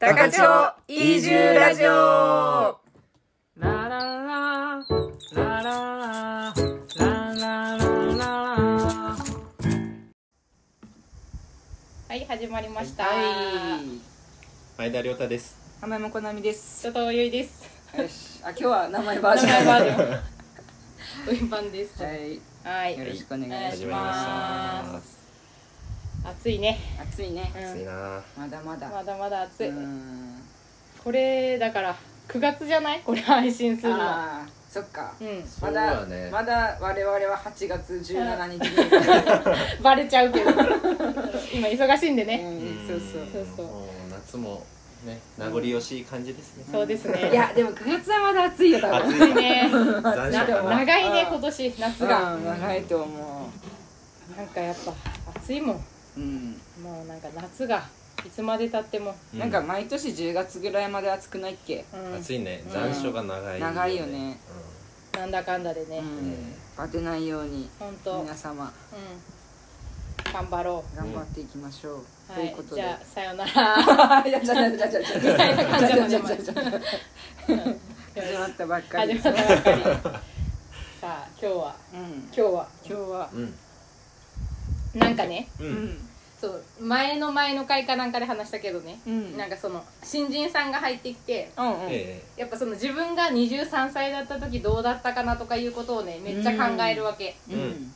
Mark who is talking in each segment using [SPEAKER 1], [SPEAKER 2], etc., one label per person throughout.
[SPEAKER 1] 高千穂移住ラジオ
[SPEAKER 2] ララララララララララ
[SPEAKER 3] はい、始まりました。
[SPEAKER 4] 前田亮太です。
[SPEAKER 1] 浜山こなみです。
[SPEAKER 3] ちょっとおゆいです。
[SPEAKER 1] よし、あ、今日は名前バー
[SPEAKER 3] 名
[SPEAKER 1] ジョン。
[SPEAKER 3] 前バージョン。ウィンパンです。は
[SPEAKER 1] はい、
[SPEAKER 3] い。
[SPEAKER 1] よろしくお願い
[SPEAKER 3] お願い
[SPEAKER 1] し
[SPEAKER 4] 始まり
[SPEAKER 3] し
[SPEAKER 4] ま
[SPEAKER 3] ま
[SPEAKER 4] し
[SPEAKER 3] す。暑いね。
[SPEAKER 1] ます。暑いね。
[SPEAKER 3] う
[SPEAKER 4] た。暑い
[SPEAKER 3] ん、
[SPEAKER 4] な。
[SPEAKER 1] まだまだ。
[SPEAKER 3] まだまだ暑い。
[SPEAKER 1] うん。
[SPEAKER 3] これだから9月じゃない？これ配信するの。うん。
[SPEAKER 1] ああ、そっか。
[SPEAKER 4] そ
[SPEAKER 1] ま
[SPEAKER 4] うだ
[SPEAKER 1] だ
[SPEAKER 4] ね。
[SPEAKER 1] まだ我々は8月17日に。
[SPEAKER 3] バレちゃうけど。 今忙しいんでね。
[SPEAKER 1] うんそうそう。
[SPEAKER 3] うそう
[SPEAKER 4] もう夏もね名残惜しい感じですね。
[SPEAKER 3] そうです
[SPEAKER 1] い
[SPEAKER 3] ね。
[SPEAKER 1] や、でも9月はまだ暑いよ、多分。
[SPEAKER 4] 暑い
[SPEAKER 3] 暑い ね。
[SPEAKER 4] 残
[SPEAKER 3] な
[SPEAKER 4] 暑かな。
[SPEAKER 3] 長いね
[SPEAKER 1] うん
[SPEAKER 3] 今年夏が。
[SPEAKER 1] うん、長いと思
[SPEAKER 3] なんかやっぱ暑いもん。
[SPEAKER 1] う。うん。
[SPEAKER 3] もうなんか夏がいつまで経っても。
[SPEAKER 4] うん
[SPEAKER 1] なんか毎年10月ぐらいまで暑くないっけ。
[SPEAKER 3] うん
[SPEAKER 4] 暑いね。残暑が長い。
[SPEAKER 1] 長いよね。
[SPEAKER 3] なんだかんだでね
[SPEAKER 1] う。ん。バテないように。
[SPEAKER 3] 本当。うん。
[SPEAKER 1] 皆様
[SPEAKER 3] 頑張ろう。
[SPEAKER 1] 頑張っていきましょう。と
[SPEAKER 3] は
[SPEAKER 1] いう
[SPEAKER 3] い
[SPEAKER 1] こと、
[SPEAKER 3] じ
[SPEAKER 1] で。
[SPEAKER 3] ゃあさようなら
[SPEAKER 1] いや、じゃじゃじゃじゃじゃじゃ
[SPEAKER 3] たいな感じだもん
[SPEAKER 1] じ
[SPEAKER 3] ね
[SPEAKER 1] ゃじゃじゃじゃ。始まったばっかり
[SPEAKER 3] 始
[SPEAKER 1] で。
[SPEAKER 3] ますったばっ かりさあ今日は
[SPEAKER 1] うん。
[SPEAKER 3] 今日は
[SPEAKER 1] 今日は。
[SPEAKER 4] うん。
[SPEAKER 3] なんかね
[SPEAKER 4] う。
[SPEAKER 1] うんん。
[SPEAKER 3] そう前の前の回かなんかで話したけどね、
[SPEAKER 1] うん
[SPEAKER 3] なんかその新人さんが入ってきて
[SPEAKER 1] うんうん。
[SPEAKER 4] え
[SPEAKER 3] やっぱその自分が23歳だった時どうだったかなとかいうことをねめっちゃ考えるわけ、
[SPEAKER 1] うんうん。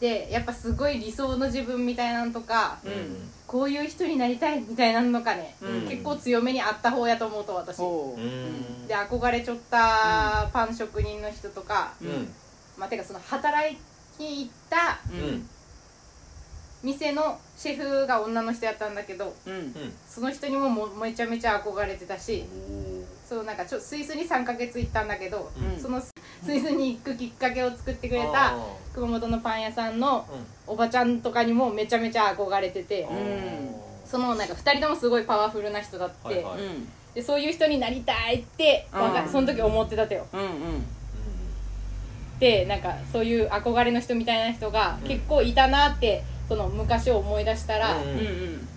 [SPEAKER 3] でやっぱすごい理想の自分みたいなのとか、
[SPEAKER 4] え。
[SPEAKER 3] こういう人になりたいみたいなのかね、
[SPEAKER 1] うん
[SPEAKER 3] 結構強めにあった方やと思うと私
[SPEAKER 1] ほう。
[SPEAKER 4] うん。うん
[SPEAKER 3] で。憧れちょったパン職人の人とか、
[SPEAKER 4] うん。
[SPEAKER 3] まあ、てかその働きに行った
[SPEAKER 1] う
[SPEAKER 4] うん
[SPEAKER 1] ん。
[SPEAKER 3] 店のシェフが女の人やったんだけど
[SPEAKER 1] うん。
[SPEAKER 3] その人にももめちゃめちゃ憧れてたしそうなんかちょスイスに3ヶ月行ったんだけど、
[SPEAKER 1] うん
[SPEAKER 3] そのスイスに行くきっかけを作ってく
[SPEAKER 4] うん。
[SPEAKER 3] れ
[SPEAKER 4] あ
[SPEAKER 3] た熊本のパン屋さんの
[SPEAKER 4] ー。うん。
[SPEAKER 3] おばちゃんとかにもめちゃめちゃ憧れてて
[SPEAKER 4] あ。ー
[SPEAKER 1] うん
[SPEAKER 3] そのなんか2人ともすごいパワフルな人だって、
[SPEAKER 4] はいはい
[SPEAKER 1] うん。
[SPEAKER 3] でそういう人になりたいってなん
[SPEAKER 1] う
[SPEAKER 3] か
[SPEAKER 1] ん
[SPEAKER 3] その時思ってたとよ
[SPEAKER 1] うん。
[SPEAKER 3] でなんかそういう憧れの人みたいな人が結構いたなってその昔を思い出したら、
[SPEAKER 4] うん
[SPEAKER 1] うん。うん。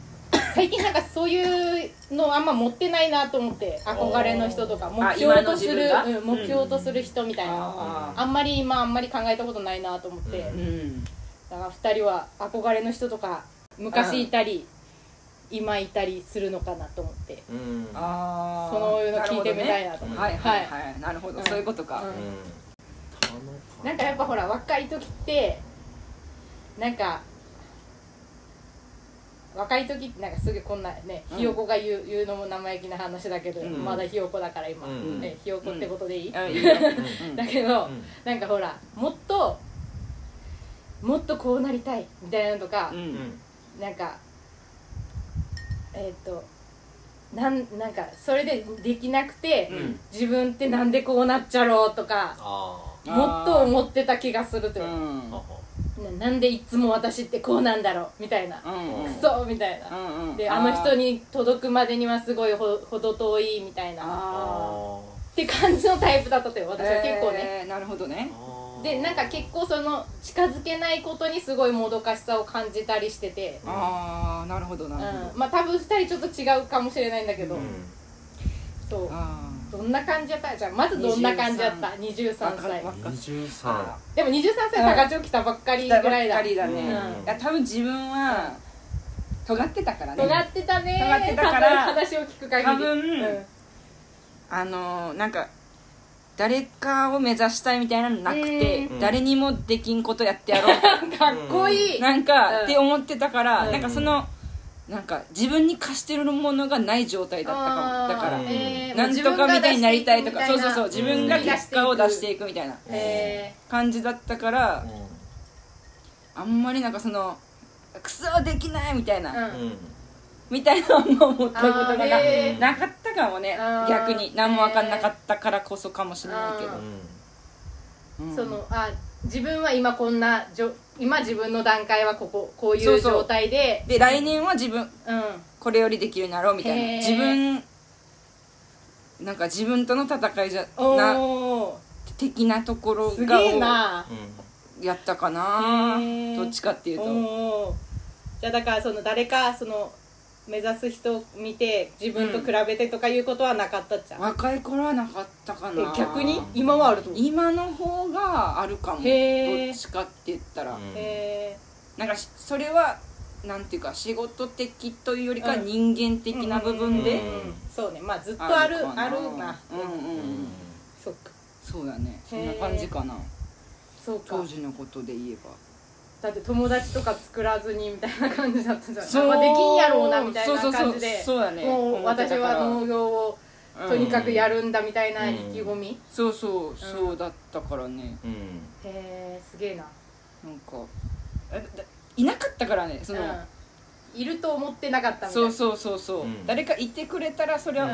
[SPEAKER 3] 最近なんかそういうのあんま持ってないなと思って憧れの人とか
[SPEAKER 4] あ
[SPEAKER 3] 目
[SPEAKER 1] ー
[SPEAKER 3] 標とす
[SPEAKER 1] あ今の
[SPEAKER 3] る
[SPEAKER 1] 自分が
[SPEAKER 3] うん目標とする人みたいな、
[SPEAKER 1] あ
[SPEAKER 3] あんまり今あんまり考えたことないなと思って、
[SPEAKER 1] あ。
[SPEAKER 4] う
[SPEAKER 1] うん。
[SPEAKER 3] だから2人は憧れの人とか昔いたり、今いたりするのかなと思って
[SPEAKER 4] うん。うん。
[SPEAKER 1] ああ。
[SPEAKER 3] そういうの聞いてみたい
[SPEAKER 1] なる
[SPEAKER 3] なと
[SPEAKER 1] ほ
[SPEAKER 3] 思
[SPEAKER 1] どね。
[SPEAKER 3] って、
[SPEAKER 1] はいはいはい。なるほど。そういうことか
[SPEAKER 3] う
[SPEAKER 4] うんん。
[SPEAKER 3] なんかやっぱほら若い時ってなんか若い時ってなんかすぐこんなね
[SPEAKER 1] うん
[SPEAKER 3] ひよこが言う,、言うのも生意気な話だけど、
[SPEAKER 1] ん
[SPEAKER 3] まだひよこだから今、
[SPEAKER 4] うん
[SPEAKER 3] ね、ひよこってことでいい、
[SPEAKER 1] うん。いいようん
[SPEAKER 3] だけど、
[SPEAKER 4] うん
[SPEAKER 3] なんかほらもっともっとこうなりたいみたいなのとか
[SPEAKER 1] う、。
[SPEAKER 4] うんん。
[SPEAKER 3] なんかえーっ、となんなんかそれでできなくて、
[SPEAKER 4] うん
[SPEAKER 3] 自分ってなんでこうなっちゃろうとか
[SPEAKER 4] あー
[SPEAKER 3] もっと思ってた気がするというう、
[SPEAKER 1] ん。
[SPEAKER 4] あ
[SPEAKER 3] ななんでいつも私ってこうなんだろうみたいな、
[SPEAKER 1] う
[SPEAKER 3] く
[SPEAKER 1] ん。
[SPEAKER 3] そみたいな、
[SPEAKER 1] うんうん。
[SPEAKER 3] であの人。に届くまでにはすごいほほど遠いみたいなっ
[SPEAKER 4] あ
[SPEAKER 1] あ
[SPEAKER 4] ー。
[SPEAKER 3] て感じのタイプだったとよ
[SPEAKER 1] あ。
[SPEAKER 3] 私は結構ね、
[SPEAKER 1] えー。なるほどね。
[SPEAKER 3] でなんか結構その近づけないことにすごいもどかしさを感じたりしてて、
[SPEAKER 1] ああ。なるほどな
[SPEAKER 3] う
[SPEAKER 1] るほど。
[SPEAKER 3] ん、まあ多分2人ちょっと違うかもしれないんだけど、そう
[SPEAKER 1] あ
[SPEAKER 3] どんな感じやったじゃあまずどんな感じやった
[SPEAKER 1] あ。
[SPEAKER 3] 23
[SPEAKER 1] わか
[SPEAKER 3] 歳
[SPEAKER 1] るわかる。
[SPEAKER 4] 十
[SPEAKER 1] あ
[SPEAKER 4] 三。
[SPEAKER 3] でも23歳高千穂来たばっかり
[SPEAKER 1] ー
[SPEAKER 3] ぐ
[SPEAKER 1] ばっ
[SPEAKER 3] らいだ
[SPEAKER 1] かりだね。
[SPEAKER 3] うん
[SPEAKER 1] いや多分自分は尖ってたからね
[SPEAKER 3] 尖ってたね
[SPEAKER 1] 尖ってたから
[SPEAKER 3] 話を聞く限り
[SPEAKER 1] 多分
[SPEAKER 3] うん
[SPEAKER 1] あのーなんか誰かを目指したいみたいなのなくて、
[SPEAKER 4] うん
[SPEAKER 1] 誰にもできんことやってやろう
[SPEAKER 3] かっこいい、
[SPEAKER 1] なんか、
[SPEAKER 3] うん
[SPEAKER 1] って思ってたから、
[SPEAKER 3] うん
[SPEAKER 1] なんかそのなんか自分に貸してるものがない状態だったかもだから、
[SPEAKER 4] うん
[SPEAKER 1] なんとかみたいになりたいとかそうそうそう
[SPEAKER 4] 出して
[SPEAKER 1] 自
[SPEAKER 4] いく
[SPEAKER 1] 分
[SPEAKER 4] み
[SPEAKER 1] が
[SPEAKER 4] たいな
[SPEAKER 1] 結果を出して
[SPEAKER 3] い
[SPEAKER 1] いくみたいな
[SPEAKER 3] くへ
[SPEAKER 1] 感じだったから、
[SPEAKER 4] う
[SPEAKER 1] あんまりなんかそのクソできないみたいな、
[SPEAKER 3] ーうん
[SPEAKER 4] んうん。
[SPEAKER 1] みたいなのを思ったことが
[SPEAKER 3] あ
[SPEAKER 1] な
[SPEAKER 3] ーへ
[SPEAKER 4] ー
[SPEAKER 1] なかったかもね
[SPEAKER 3] あー
[SPEAKER 1] 逆に何も分かんなかったからこそかもしれないけど
[SPEAKER 3] あ、
[SPEAKER 1] うん
[SPEAKER 3] そのあ自分は今こんなじょ今自分の段階はこここうい
[SPEAKER 1] そう
[SPEAKER 3] う
[SPEAKER 1] そう
[SPEAKER 3] 状態で
[SPEAKER 1] で来年は自分
[SPEAKER 3] うん
[SPEAKER 1] これよりできるようになろうみたい
[SPEAKER 3] へー
[SPEAKER 1] な自分なんか自分との戦いじゃな
[SPEAKER 3] おお
[SPEAKER 1] 的なところ
[SPEAKER 3] すげ
[SPEAKER 1] が
[SPEAKER 3] えな
[SPEAKER 1] やったかな
[SPEAKER 3] へー
[SPEAKER 1] どっちかっていう
[SPEAKER 3] お
[SPEAKER 1] と
[SPEAKER 3] おーじゃあだからその誰かその目指す人を見て自分と比べてとかいうことはなかったじゃん、
[SPEAKER 1] 若い頃はなかったかな
[SPEAKER 3] え逆に今はあると思う
[SPEAKER 1] 今の方があるかもどっ
[SPEAKER 3] へー
[SPEAKER 1] ちかって言ったら、
[SPEAKER 4] うん
[SPEAKER 3] え
[SPEAKER 1] なんかしそれはなんていうか仕事的というよりか
[SPEAKER 3] うん
[SPEAKER 1] 人間的な部分
[SPEAKER 3] ー、
[SPEAKER 1] で
[SPEAKER 4] うん
[SPEAKER 3] そうねまあずっとある
[SPEAKER 1] か
[SPEAKER 3] ある
[SPEAKER 1] うんうん、
[SPEAKER 3] な
[SPEAKER 1] うん、
[SPEAKER 3] そっか
[SPEAKER 1] そうだねそんな感じかな
[SPEAKER 3] そうか
[SPEAKER 1] 当時のことで言えば
[SPEAKER 3] だって友達とか作らずにみたいな感じだったじゃん
[SPEAKER 1] そう
[SPEAKER 3] まあ、できんやろうなみたいな
[SPEAKER 1] そうそうそう
[SPEAKER 3] 感じで
[SPEAKER 1] そうだね
[SPEAKER 3] もう私は農業を
[SPEAKER 1] うん
[SPEAKER 3] とにかくやるんだみたいな意気込み、へ
[SPEAKER 1] そうそうそうだったからね
[SPEAKER 4] うん
[SPEAKER 3] えすげえな
[SPEAKER 1] なんかあだいなかったからねその、
[SPEAKER 3] うん、いると思ってなかったみたい
[SPEAKER 1] そ
[SPEAKER 3] な
[SPEAKER 1] うそうそうそう、
[SPEAKER 4] うん
[SPEAKER 1] 誰かいてくれたらそれは、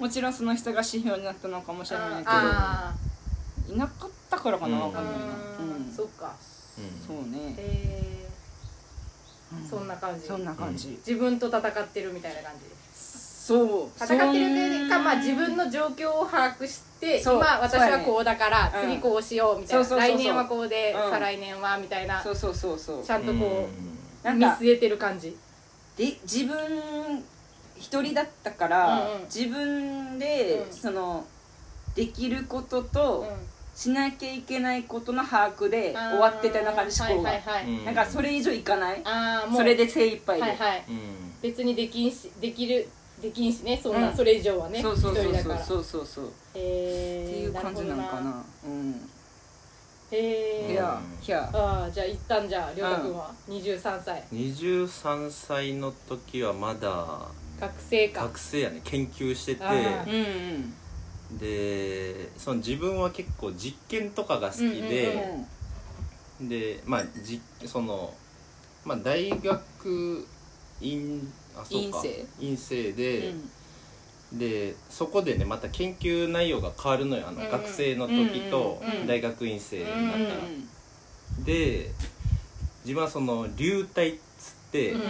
[SPEAKER 4] うん
[SPEAKER 1] もちろんその人が指標になったのかもしれないけ
[SPEAKER 3] ああ
[SPEAKER 1] どいなかったからかな
[SPEAKER 4] うん
[SPEAKER 1] わ
[SPEAKER 3] う
[SPEAKER 1] かんないなうん
[SPEAKER 3] んそっか
[SPEAKER 4] うん
[SPEAKER 1] そうね、
[SPEAKER 3] へ
[SPEAKER 1] う
[SPEAKER 3] え
[SPEAKER 1] ん
[SPEAKER 3] そんな感じ
[SPEAKER 1] そんな感じ、
[SPEAKER 3] 自分と戦ってるみたいな感じ
[SPEAKER 1] そう
[SPEAKER 3] 戦ってるというよりか、
[SPEAKER 1] そん
[SPEAKER 3] まあ、自分の状況を把握して
[SPEAKER 1] そう
[SPEAKER 3] 今私
[SPEAKER 1] そうや
[SPEAKER 3] は
[SPEAKER 1] ね
[SPEAKER 3] こうだから
[SPEAKER 1] うん
[SPEAKER 3] 次こうしようみたいな
[SPEAKER 1] そうそうそうそう
[SPEAKER 3] 来年はこうで
[SPEAKER 1] うん
[SPEAKER 3] 再来年はみたいな
[SPEAKER 1] そうそうそうそう
[SPEAKER 3] ちゃんとこ
[SPEAKER 4] う
[SPEAKER 3] う
[SPEAKER 1] なん
[SPEAKER 3] 見
[SPEAKER 1] か
[SPEAKER 3] 据えてる感じ
[SPEAKER 1] で自分一人だったから、
[SPEAKER 3] うんうん
[SPEAKER 1] 自分で、
[SPEAKER 3] うん
[SPEAKER 1] そのできることと、
[SPEAKER 3] うん
[SPEAKER 1] しなきゃいけないことの把握で終わってたような感じ思考が、
[SPEAKER 3] はいはいはい
[SPEAKER 4] うん
[SPEAKER 1] なんかそれ以上いかない、
[SPEAKER 3] ああもう
[SPEAKER 1] それで精一杯で、
[SPEAKER 3] はいはい
[SPEAKER 4] んうん
[SPEAKER 3] 別にできんしできるできんしねそん
[SPEAKER 1] う
[SPEAKER 3] なんそれ以上はね
[SPEAKER 1] そうそうそう
[SPEAKER 3] 一人だから
[SPEAKER 1] そうそうそう
[SPEAKER 3] へ
[SPEAKER 1] っ
[SPEAKER 3] え
[SPEAKER 1] ていう感じなのかなうん
[SPEAKER 3] へ
[SPEAKER 1] い
[SPEAKER 3] え
[SPEAKER 1] やいや
[SPEAKER 3] ああじゃあ一旦じゃありょうたくんは23歳
[SPEAKER 4] 23歳の時はまだ
[SPEAKER 3] 学生か
[SPEAKER 4] 学生やね研究してて
[SPEAKER 3] あ
[SPEAKER 1] うん
[SPEAKER 3] ー
[SPEAKER 1] うん
[SPEAKER 4] でその自分は結構実験とかが好きで、でまあじその、まあ、大学院あそうか
[SPEAKER 1] 院生
[SPEAKER 4] 院生
[SPEAKER 1] う
[SPEAKER 4] で、
[SPEAKER 1] ん
[SPEAKER 4] でそこでねまた研究内容が変わるのよあの、
[SPEAKER 3] うんうん
[SPEAKER 4] 学生の時と
[SPEAKER 3] うんうん
[SPEAKER 4] 大学院生になっ
[SPEAKER 3] うん
[SPEAKER 4] た、で自分はその流体っつって、
[SPEAKER 3] うん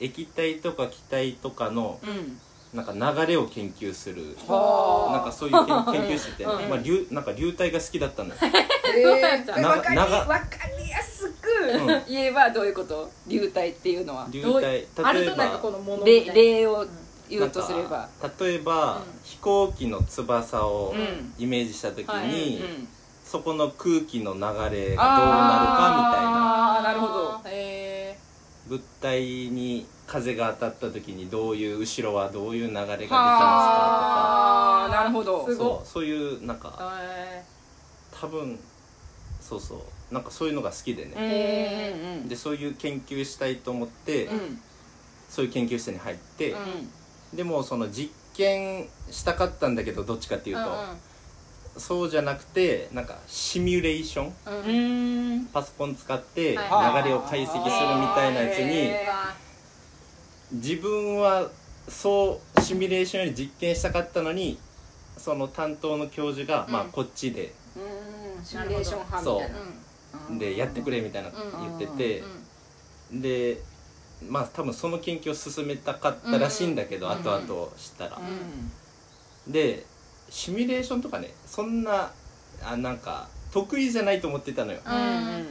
[SPEAKER 4] 液体とか気体とかの
[SPEAKER 1] うんうん
[SPEAKER 4] なんか流れを研究する
[SPEAKER 1] は
[SPEAKER 4] なんかそういう研研究してて、
[SPEAKER 1] うんうん
[SPEAKER 4] まあ、流なんか流体が好きだったんだよ
[SPEAKER 3] そうやった
[SPEAKER 1] えーわかり
[SPEAKER 4] 長
[SPEAKER 1] わかりやすく
[SPEAKER 4] うん
[SPEAKER 1] 言えばどういうこと流体っていうのは
[SPEAKER 4] 流
[SPEAKER 3] どう
[SPEAKER 4] 体例えば
[SPEAKER 3] あるとなんかこのもの
[SPEAKER 1] 例
[SPEAKER 3] みたい
[SPEAKER 1] 例を言うとすれば
[SPEAKER 4] なんか例えば、
[SPEAKER 3] うん
[SPEAKER 4] 飛行機の翼を
[SPEAKER 1] うん
[SPEAKER 4] イメージした時に、
[SPEAKER 3] は
[SPEAKER 1] う
[SPEAKER 3] い
[SPEAKER 1] ん
[SPEAKER 4] そこの空気の流れがどうなるかみたいな
[SPEAKER 1] あ
[SPEAKER 3] な
[SPEAKER 1] ーなるほど
[SPEAKER 3] へえ
[SPEAKER 4] 物体に風が当たった時にどういう後ろはどういう流れが出てますか
[SPEAKER 1] はあなるほど
[SPEAKER 3] す
[SPEAKER 4] とか
[SPEAKER 3] ごい
[SPEAKER 4] そうそういうなんか
[SPEAKER 3] へ
[SPEAKER 4] 多分そうそうなんかそういうのが好きで
[SPEAKER 1] うん
[SPEAKER 4] ね、
[SPEAKER 1] うんうん
[SPEAKER 4] でそういう研究したいと思って、
[SPEAKER 1] うん
[SPEAKER 4] そういう研究室に入って、
[SPEAKER 3] うん
[SPEAKER 4] でもその実験したかったんだけどどっちかっていうと、そうじゃなくてなんかシミュレーション
[SPEAKER 3] うんうん
[SPEAKER 1] う
[SPEAKER 3] うん
[SPEAKER 1] ん
[SPEAKER 4] パソコン使って流れ
[SPEAKER 3] はい
[SPEAKER 4] を解析するみたいなやつに
[SPEAKER 1] へ
[SPEAKER 4] 自分はそうシミュレーションより実験したかったのにその担当の教授が、
[SPEAKER 3] うん
[SPEAKER 4] まあこっちで
[SPEAKER 1] うんシミュレーション派みたいなうん
[SPEAKER 4] でやってくれみたいな言ってて、でまあ多分その研究を進めたかったらしいんだけど、
[SPEAKER 3] うん
[SPEAKER 4] 後々知ったら
[SPEAKER 1] う、ん
[SPEAKER 4] でシミュレーションとかねそんなあなんか得意じゃないと思ってたのよ
[SPEAKER 1] うんうん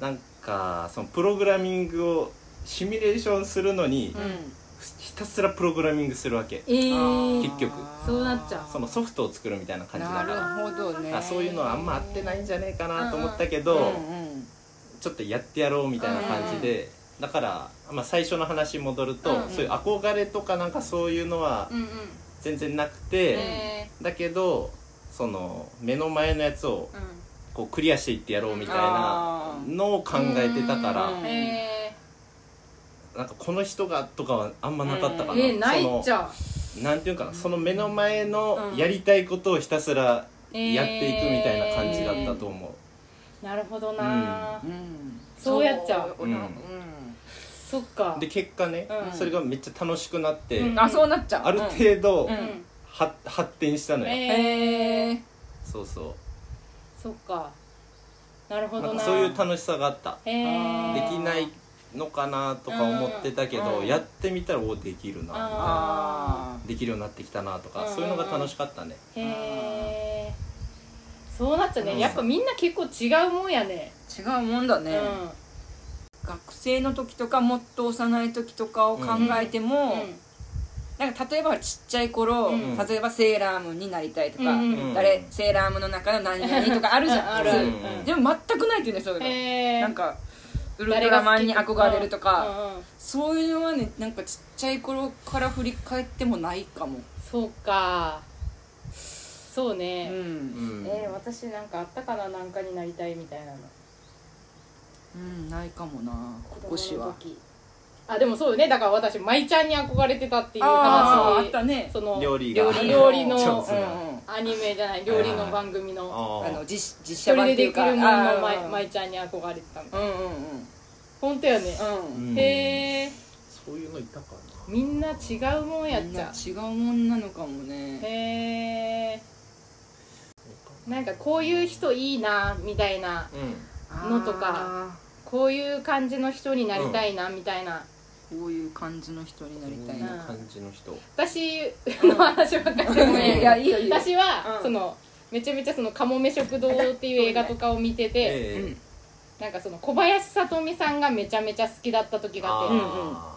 [SPEAKER 4] なんかそのプログラミングをシミュレーションするのに、
[SPEAKER 1] う
[SPEAKER 3] うん
[SPEAKER 4] ひたすらプログラミングするわけ
[SPEAKER 3] ええ
[SPEAKER 4] 結局
[SPEAKER 3] そうなっちゃう
[SPEAKER 4] そのソフトを作るみたいな感じだ
[SPEAKER 1] な
[SPEAKER 4] から
[SPEAKER 1] るほどね
[SPEAKER 4] あそういうのはあんま合ってないんじゃねえかなと思ったけど、
[SPEAKER 1] うんうん
[SPEAKER 4] ちょっとやってやろうみたいな感じで、だから、まあ、最初の話戻ると、
[SPEAKER 3] うんうん
[SPEAKER 4] そういう憧れとかなんかそういうのは
[SPEAKER 3] うんうん
[SPEAKER 4] 全然なくて、
[SPEAKER 3] へ
[SPEAKER 4] だけどその目の前のやつを
[SPEAKER 3] ーう
[SPEAKER 4] こうクリアしていってやろうみたいな
[SPEAKER 1] あー
[SPEAKER 4] のを考えてたから、
[SPEAKER 1] うん
[SPEAKER 3] んへ
[SPEAKER 4] なんかこの人がとかはあんまなかったか
[SPEAKER 1] うん
[SPEAKER 4] な、
[SPEAKER 3] ーえないっち
[SPEAKER 4] そ
[SPEAKER 3] ゃう
[SPEAKER 4] のなんていうかなその目の前の
[SPEAKER 3] うん
[SPEAKER 4] やりたいことをひたすらや
[SPEAKER 3] や
[SPEAKER 4] っていくみたいな感じだったと思う、
[SPEAKER 3] なるほどな
[SPEAKER 1] う、ん
[SPEAKER 3] そうやっちゃう
[SPEAKER 1] うん
[SPEAKER 3] そっか
[SPEAKER 4] で結果ね、
[SPEAKER 3] うん
[SPEAKER 4] それがめっちゃ楽しくなって、
[SPEAKER 3] うん
[SPEAKER 1] あそうなっちゃう
[SPEAKER 4] ある程度、
[SPEAKER 1] うん
[SPEAKER 4] は発展したのよ、
[SPEAKER 1] 度
[SPEAKER 3] え
[SPEAKER 1] へ
[SPEAKER 3] え
[SPEAKER 1] え
[SPEAKER 4] そうそ
[SPEAKER 3] そっかなる
[SPEAKER 4] う
[SPEAKER 3] ほ
[SPEAKER 4] な
[SPEAKER 3] ど
[SPEAKER 4] ん
[SPEAKER 3] な
[SPEAKER 4] かそういう楽しさがあった
[SPEAKER 3] へえ
[SPEAKER 4] できないのかなとか思ってたけど、
[SPEAKER 3] うん
[SPEAKER 4] やってみたらおできるな
[SPEAKER 3] あ
[SPEAKER 1] あ
[SPEAKER 4] できるようになってきたなとか、
[SPEAKER 3] うん
[SPEAKER 4] そういうのが楽しかったね
[SPEAKER 3] へえそうなっちゃうねやっぱみんな結構違うもんやね
[SPEAKER 1] 違うもんだね
[SPEAKER 3] うん
[SPEAKER 1] 学生の時とかもっと幼い時とかを考えても
[SPEAKER 3] うん
[SPEAKER 1] なんか例えばちっちゃい頃、
[SPEAKER 3] うん
[SPEAKER 1] 例えばセーラームーンになりたいとか、
[SPEAKER 3] うん
[SPEAKER 4] うん
[SPEAKER 1] 誰セーラームーンの中の何々とかあるじゃん
[SPEAKER 3] ある
[SPEAKER 1] 普
[SPEAKER 3] あ
[SPEAKER 1] 通
[SPEAKER 3] る
[SPEAKER 4] うん
[SPEAKER 1] でも全くないって言うんですよ、
[SPEAKER 3] へー
[SPEAKER 1] なんかウルトラマンに憧れるとか、
[SPEAKER 3] うんうんうん
[SPEAKER 1] そういうのはねなんかちっちゃい頃から振り返ってもないかも、
[SPEAKER 3] そうかそう
[SPEAKER 1] う
[SPEAKER 3] ね、
[SPEAKER 4] うんん
[SPEAKER 3] えー私なんかあったかななんかになりたいみたいなの
[SPEAKER 1] うん、ないかもな
[SPEAKER 3] 子
[SPEAKER 1] ここし
[SPEAKER 3] 供の
[SPEAKER 1] は
[SPEAKER 3] 時あでもそうよねだから私舞ちゃんに憧れてたっていう
[SPEAKER 1] あ
[SPEAKER 3] 話
[SPEAKER 1] ーあったね
[SPEAKER 3] その
[SPEAKER 4] 料理が
[SPEAKER 3] 料理料理
[SPEAKER 1] ち
[SPEAKER 4] ょっ
[SPEAKER 3] の
[SPEAKER 4] とそう
[SPEAKER 3] アニメじゃない料理の番組の
[SPEAKER 1] あ
[SPEAKER 4] あ
[SPEAKER 1] の実
[SPEAKER 3] 一
[SPEAKER 1] 実写
[SPEAKER 3] 人
[SPEAKER 1] 版
[SPEAKER 3] で
[SPEAKER 1] ってい
[SPEAKER 3] で
[SPEAKER 1] う
[SPEAKER 3] き
[SPEAKER 1] か
[SPEAKER 3] るものの
[SPEAKER 1] あー
[SPEAKER 3] 舞舞ちゃんに憧れてたの
[SPEAKER 1] うんうんうん
[SPEAKER 3] 本当よね、
[SPEAKER 1] うん、
[SPEAKER 4] うん
[SPEAKER 3] へえ
[SPEAKER 4] そういうのいたか
[SPEAKER 3] みんな違うもんやっ
[SPEAKER 1] みん
[SPEAKER 3] ちゃ
[SPEAKER 1] な違うもんなのかもね
[SPEAKER 3] へえなんかこういう人いいなみたいな
[SPEAKER 4] なうん
[SPEAKER 3] のとかこういう感じの人になりたいなみたいな、
[SPEAKER 1] こういう感じの人になりたい
[SPEAKER 4] こう
[SPEAKER 1] な、
[SPEAKER 4] いう感じの人
[SPEAKER 3] 私の話ばっかりでもね
[SPEAKER 1] いやいいよいいよ
[SPEAKER 3] 私は、
[SPEAKER 1] うん
[SPEAKER 3] そのめちゃめちゃその「かもめ食堂」っていう映画とかを見て
[SPEAKER 1] う
[SPEAKER 3] て、
[SPEAKER 4] ええ
[SPEAKER 1] ん
[SPEAKER 3] なんかその小林さとみさんがめちゃめちゃ好きだった時があって
[SPEAKER 4] あ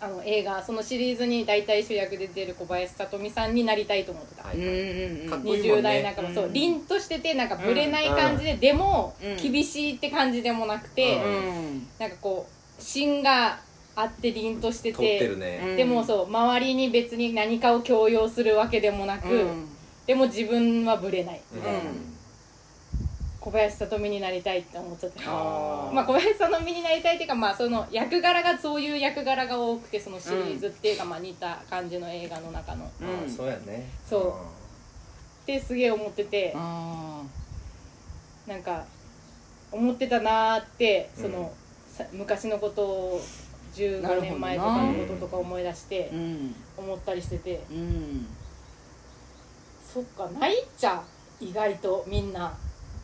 [SPEAKER 3] あの映画そのシリーズに大体主役で出る小林さとみさんになりたいと思ってた、
[SPEAKER 4] は
[SPEAKER 1] う
[SPEAKER 4] い
[SPEAKER 1] んうんうん
[SPEAKER 4] かっこいいも
[SPEAKER 3] 20
[SPEAKER 4] ん
[SPEAKER 3] 代
[SPEAKER 4] ね
[SPEAKER 3] 半ば、そう
[SPEAKER 1] うん
[SPEAKER 3] 凛としててなんかブレない感じで、でも、
[SPEAKER 1] うん
[SPEAKER 3] 厳しいって感じでもなくて、
[SPEAKER 4] うん
[SPEAKER 3] なんかこう芯があって凛として
[SPEAKER 4] ー通ってる
[SPEAKER 3] て
[SPEAKER 4] ね
[SPEAKER 3] でもそう周りに別に何かを強要するわけでもなく、
[SPEAKER 1] うん
[SPEAKER 3] でも自分はブレない、
[SPEAKER 4] うん
[SPEAKER 3] 小林さとみになりたいって思っちゃって
[SPEAKER 4] あー
[SPEAKER 3] まあ、小林さとみになりたいっていうか、まあ、その役柄がそういう役柄が多くてそのシリーズっていうか、まあ、似た感じの映画の中のっ
[SPEAKER 4] あ
[SPEAKER 1] うん
[SPEAKER 4] ーそうやね
[SPEAKER 3] そうてすげえ思ってて
[SPEAKER 1] あ
[SPEAKER 3] なんか思ってたなーってその、
[SPEAKER 4] うん
[SPEAKER 3] さ昔のことを
[SPEAKER 1] なるほど
[SPEAKER 3] 15年
[SPEAKER 1] な
[SPEAKER 3] 前とかのこととか思い出して
[SPEAKER 1] ーうん
[SPEAKER 3] 思ったりしてて
[SPEAKER 1] うん
[SPEAKER 3] そっかないっちゃ意外とみんな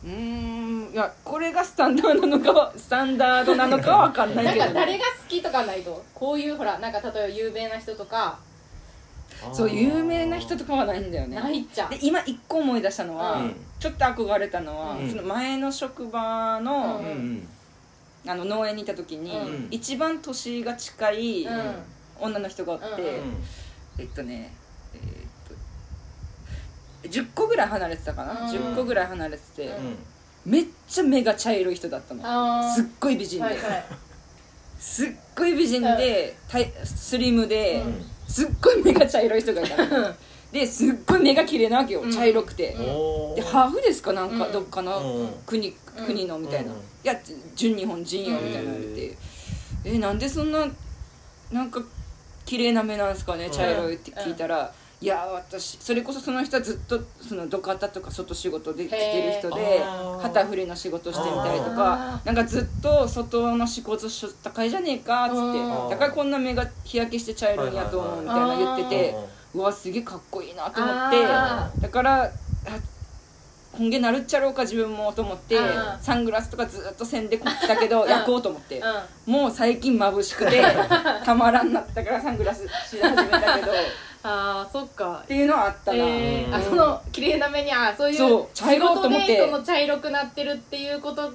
[SPEAKER 1] うーんいやこれがスタンダードなのかはスタンダードなのかは分かんない
[SPEAKER 3] なん
[SPEAKER 1] けど
[SPEAKER 3] か誰が好きとかないとこういうほらなんか例えば有名な人とか
[SPEAKER 4] うん
[SPEAKER 1] そう有名な人とかはないんだよね
[SPEAKER 3] ないっちゃ
[SPEAKER 1] で今一個思い出したのは、
[SPEAKER 4] うん
[SPEAKER 1] ちょっと憧れたのは、
[SPEAKER 4] うん
[SPEAKER 1] その前の職場の,、
[SPEAKER 4] うんうん
[SPEAKER 1] あの農園にいた時に、
[SPEAKER 3] うん
[SPEAKER 1] 一番年が近い
[SPEAKER 3] うん
[SPEAKER 1] 女の人がおって、
[SPEAKER 3] うん
[SPEAKER 1] えっとねえーっと10個ぐらい離れてたかな、
[SPEAKER 3] うん
[SPEAKER 1] 10個ぐらい離れてて、
[SPEAKER 4] うん
[SPEAKER 1] めっちゃ目が茶色い人だったの
[SPEAKER 3] あ
[SPEAKER 1] すっごい美人
[SPEAKER 3] ー
[SPEAKER 1] で、
[SPEAKER 3] はいはい
[SPEAKER 1] すっごい美人で、たいスリムで、
[SPEAKER 3] うん
[SPEAKER 1] すっごい目が茶色い人がいたの
[SPEAKER 3] うん
[SPEAKER 1] ですっごい目が綺麗なわけよ、
[SPEAKER 3] うん
[SPEAKER 1] 茶色くて、
[SPEAKER 4] おー
[SPEAKER 1] でハーフですかなんか、
[SPEAKER 3] うん
[SPEAKER 1] どっかの
[SPEAKER 4] うん
[SPEAKER 1] 国,、
[SPEAKER 3] うん
[SPEAKER 1] 国のみたいな、
[SPEAKER 4] うん
[SPEAKER 1] いや純日本人よみたいなの言って、えなんでそんななんか綺麗な目なんですかね茶色いって聞いたら、いや私それこそその人はずっとその土方とか外仕事で来てる人
[SPEAKER 4] へ
[SPEAKER 1] で
[SPEAKER 4] ー
[SPEAKER 1] 旗振りの仕事してみたりと
[SPEAKER 3] あ
[SPEAKER 1] かなんかずっと外の仕事しょったかいじゃねえかっつって
[SPEAKER 3] うん
[SPEAKER 1] だからこんな目が日焼けして茶色いんやと思うみたいな言っててうわすげえかっこいいなと思って。
[SPEAKER 3] あ
[SPEAKER 1] だからあ今月なるっちゃろうか自分もと思って
[SPEAKER 3] うん
[SPEAKER 1] サングラスとかずっとせんでこったけど
[SPEAKER 3] ん
[SPEAKER 1] 焼こうと思って
[SPEAKER 3] ーうん
[SPEAKER 1] もう最近眩し くてたまらんなったからサングラスし始めたけどっ
[SPEAKER 3] あーそっか
[SPEAKER 1] ていうのはあったな、
[SPEAKER 3] えーあ
[SPEAKER 4] うん
[SPEAKER 3] その綺麗な目にあそういう
[SPEAKER 1] そう茶色いと思って
[SPEAKER 3] 仕事でその茶色くなってるっていうこと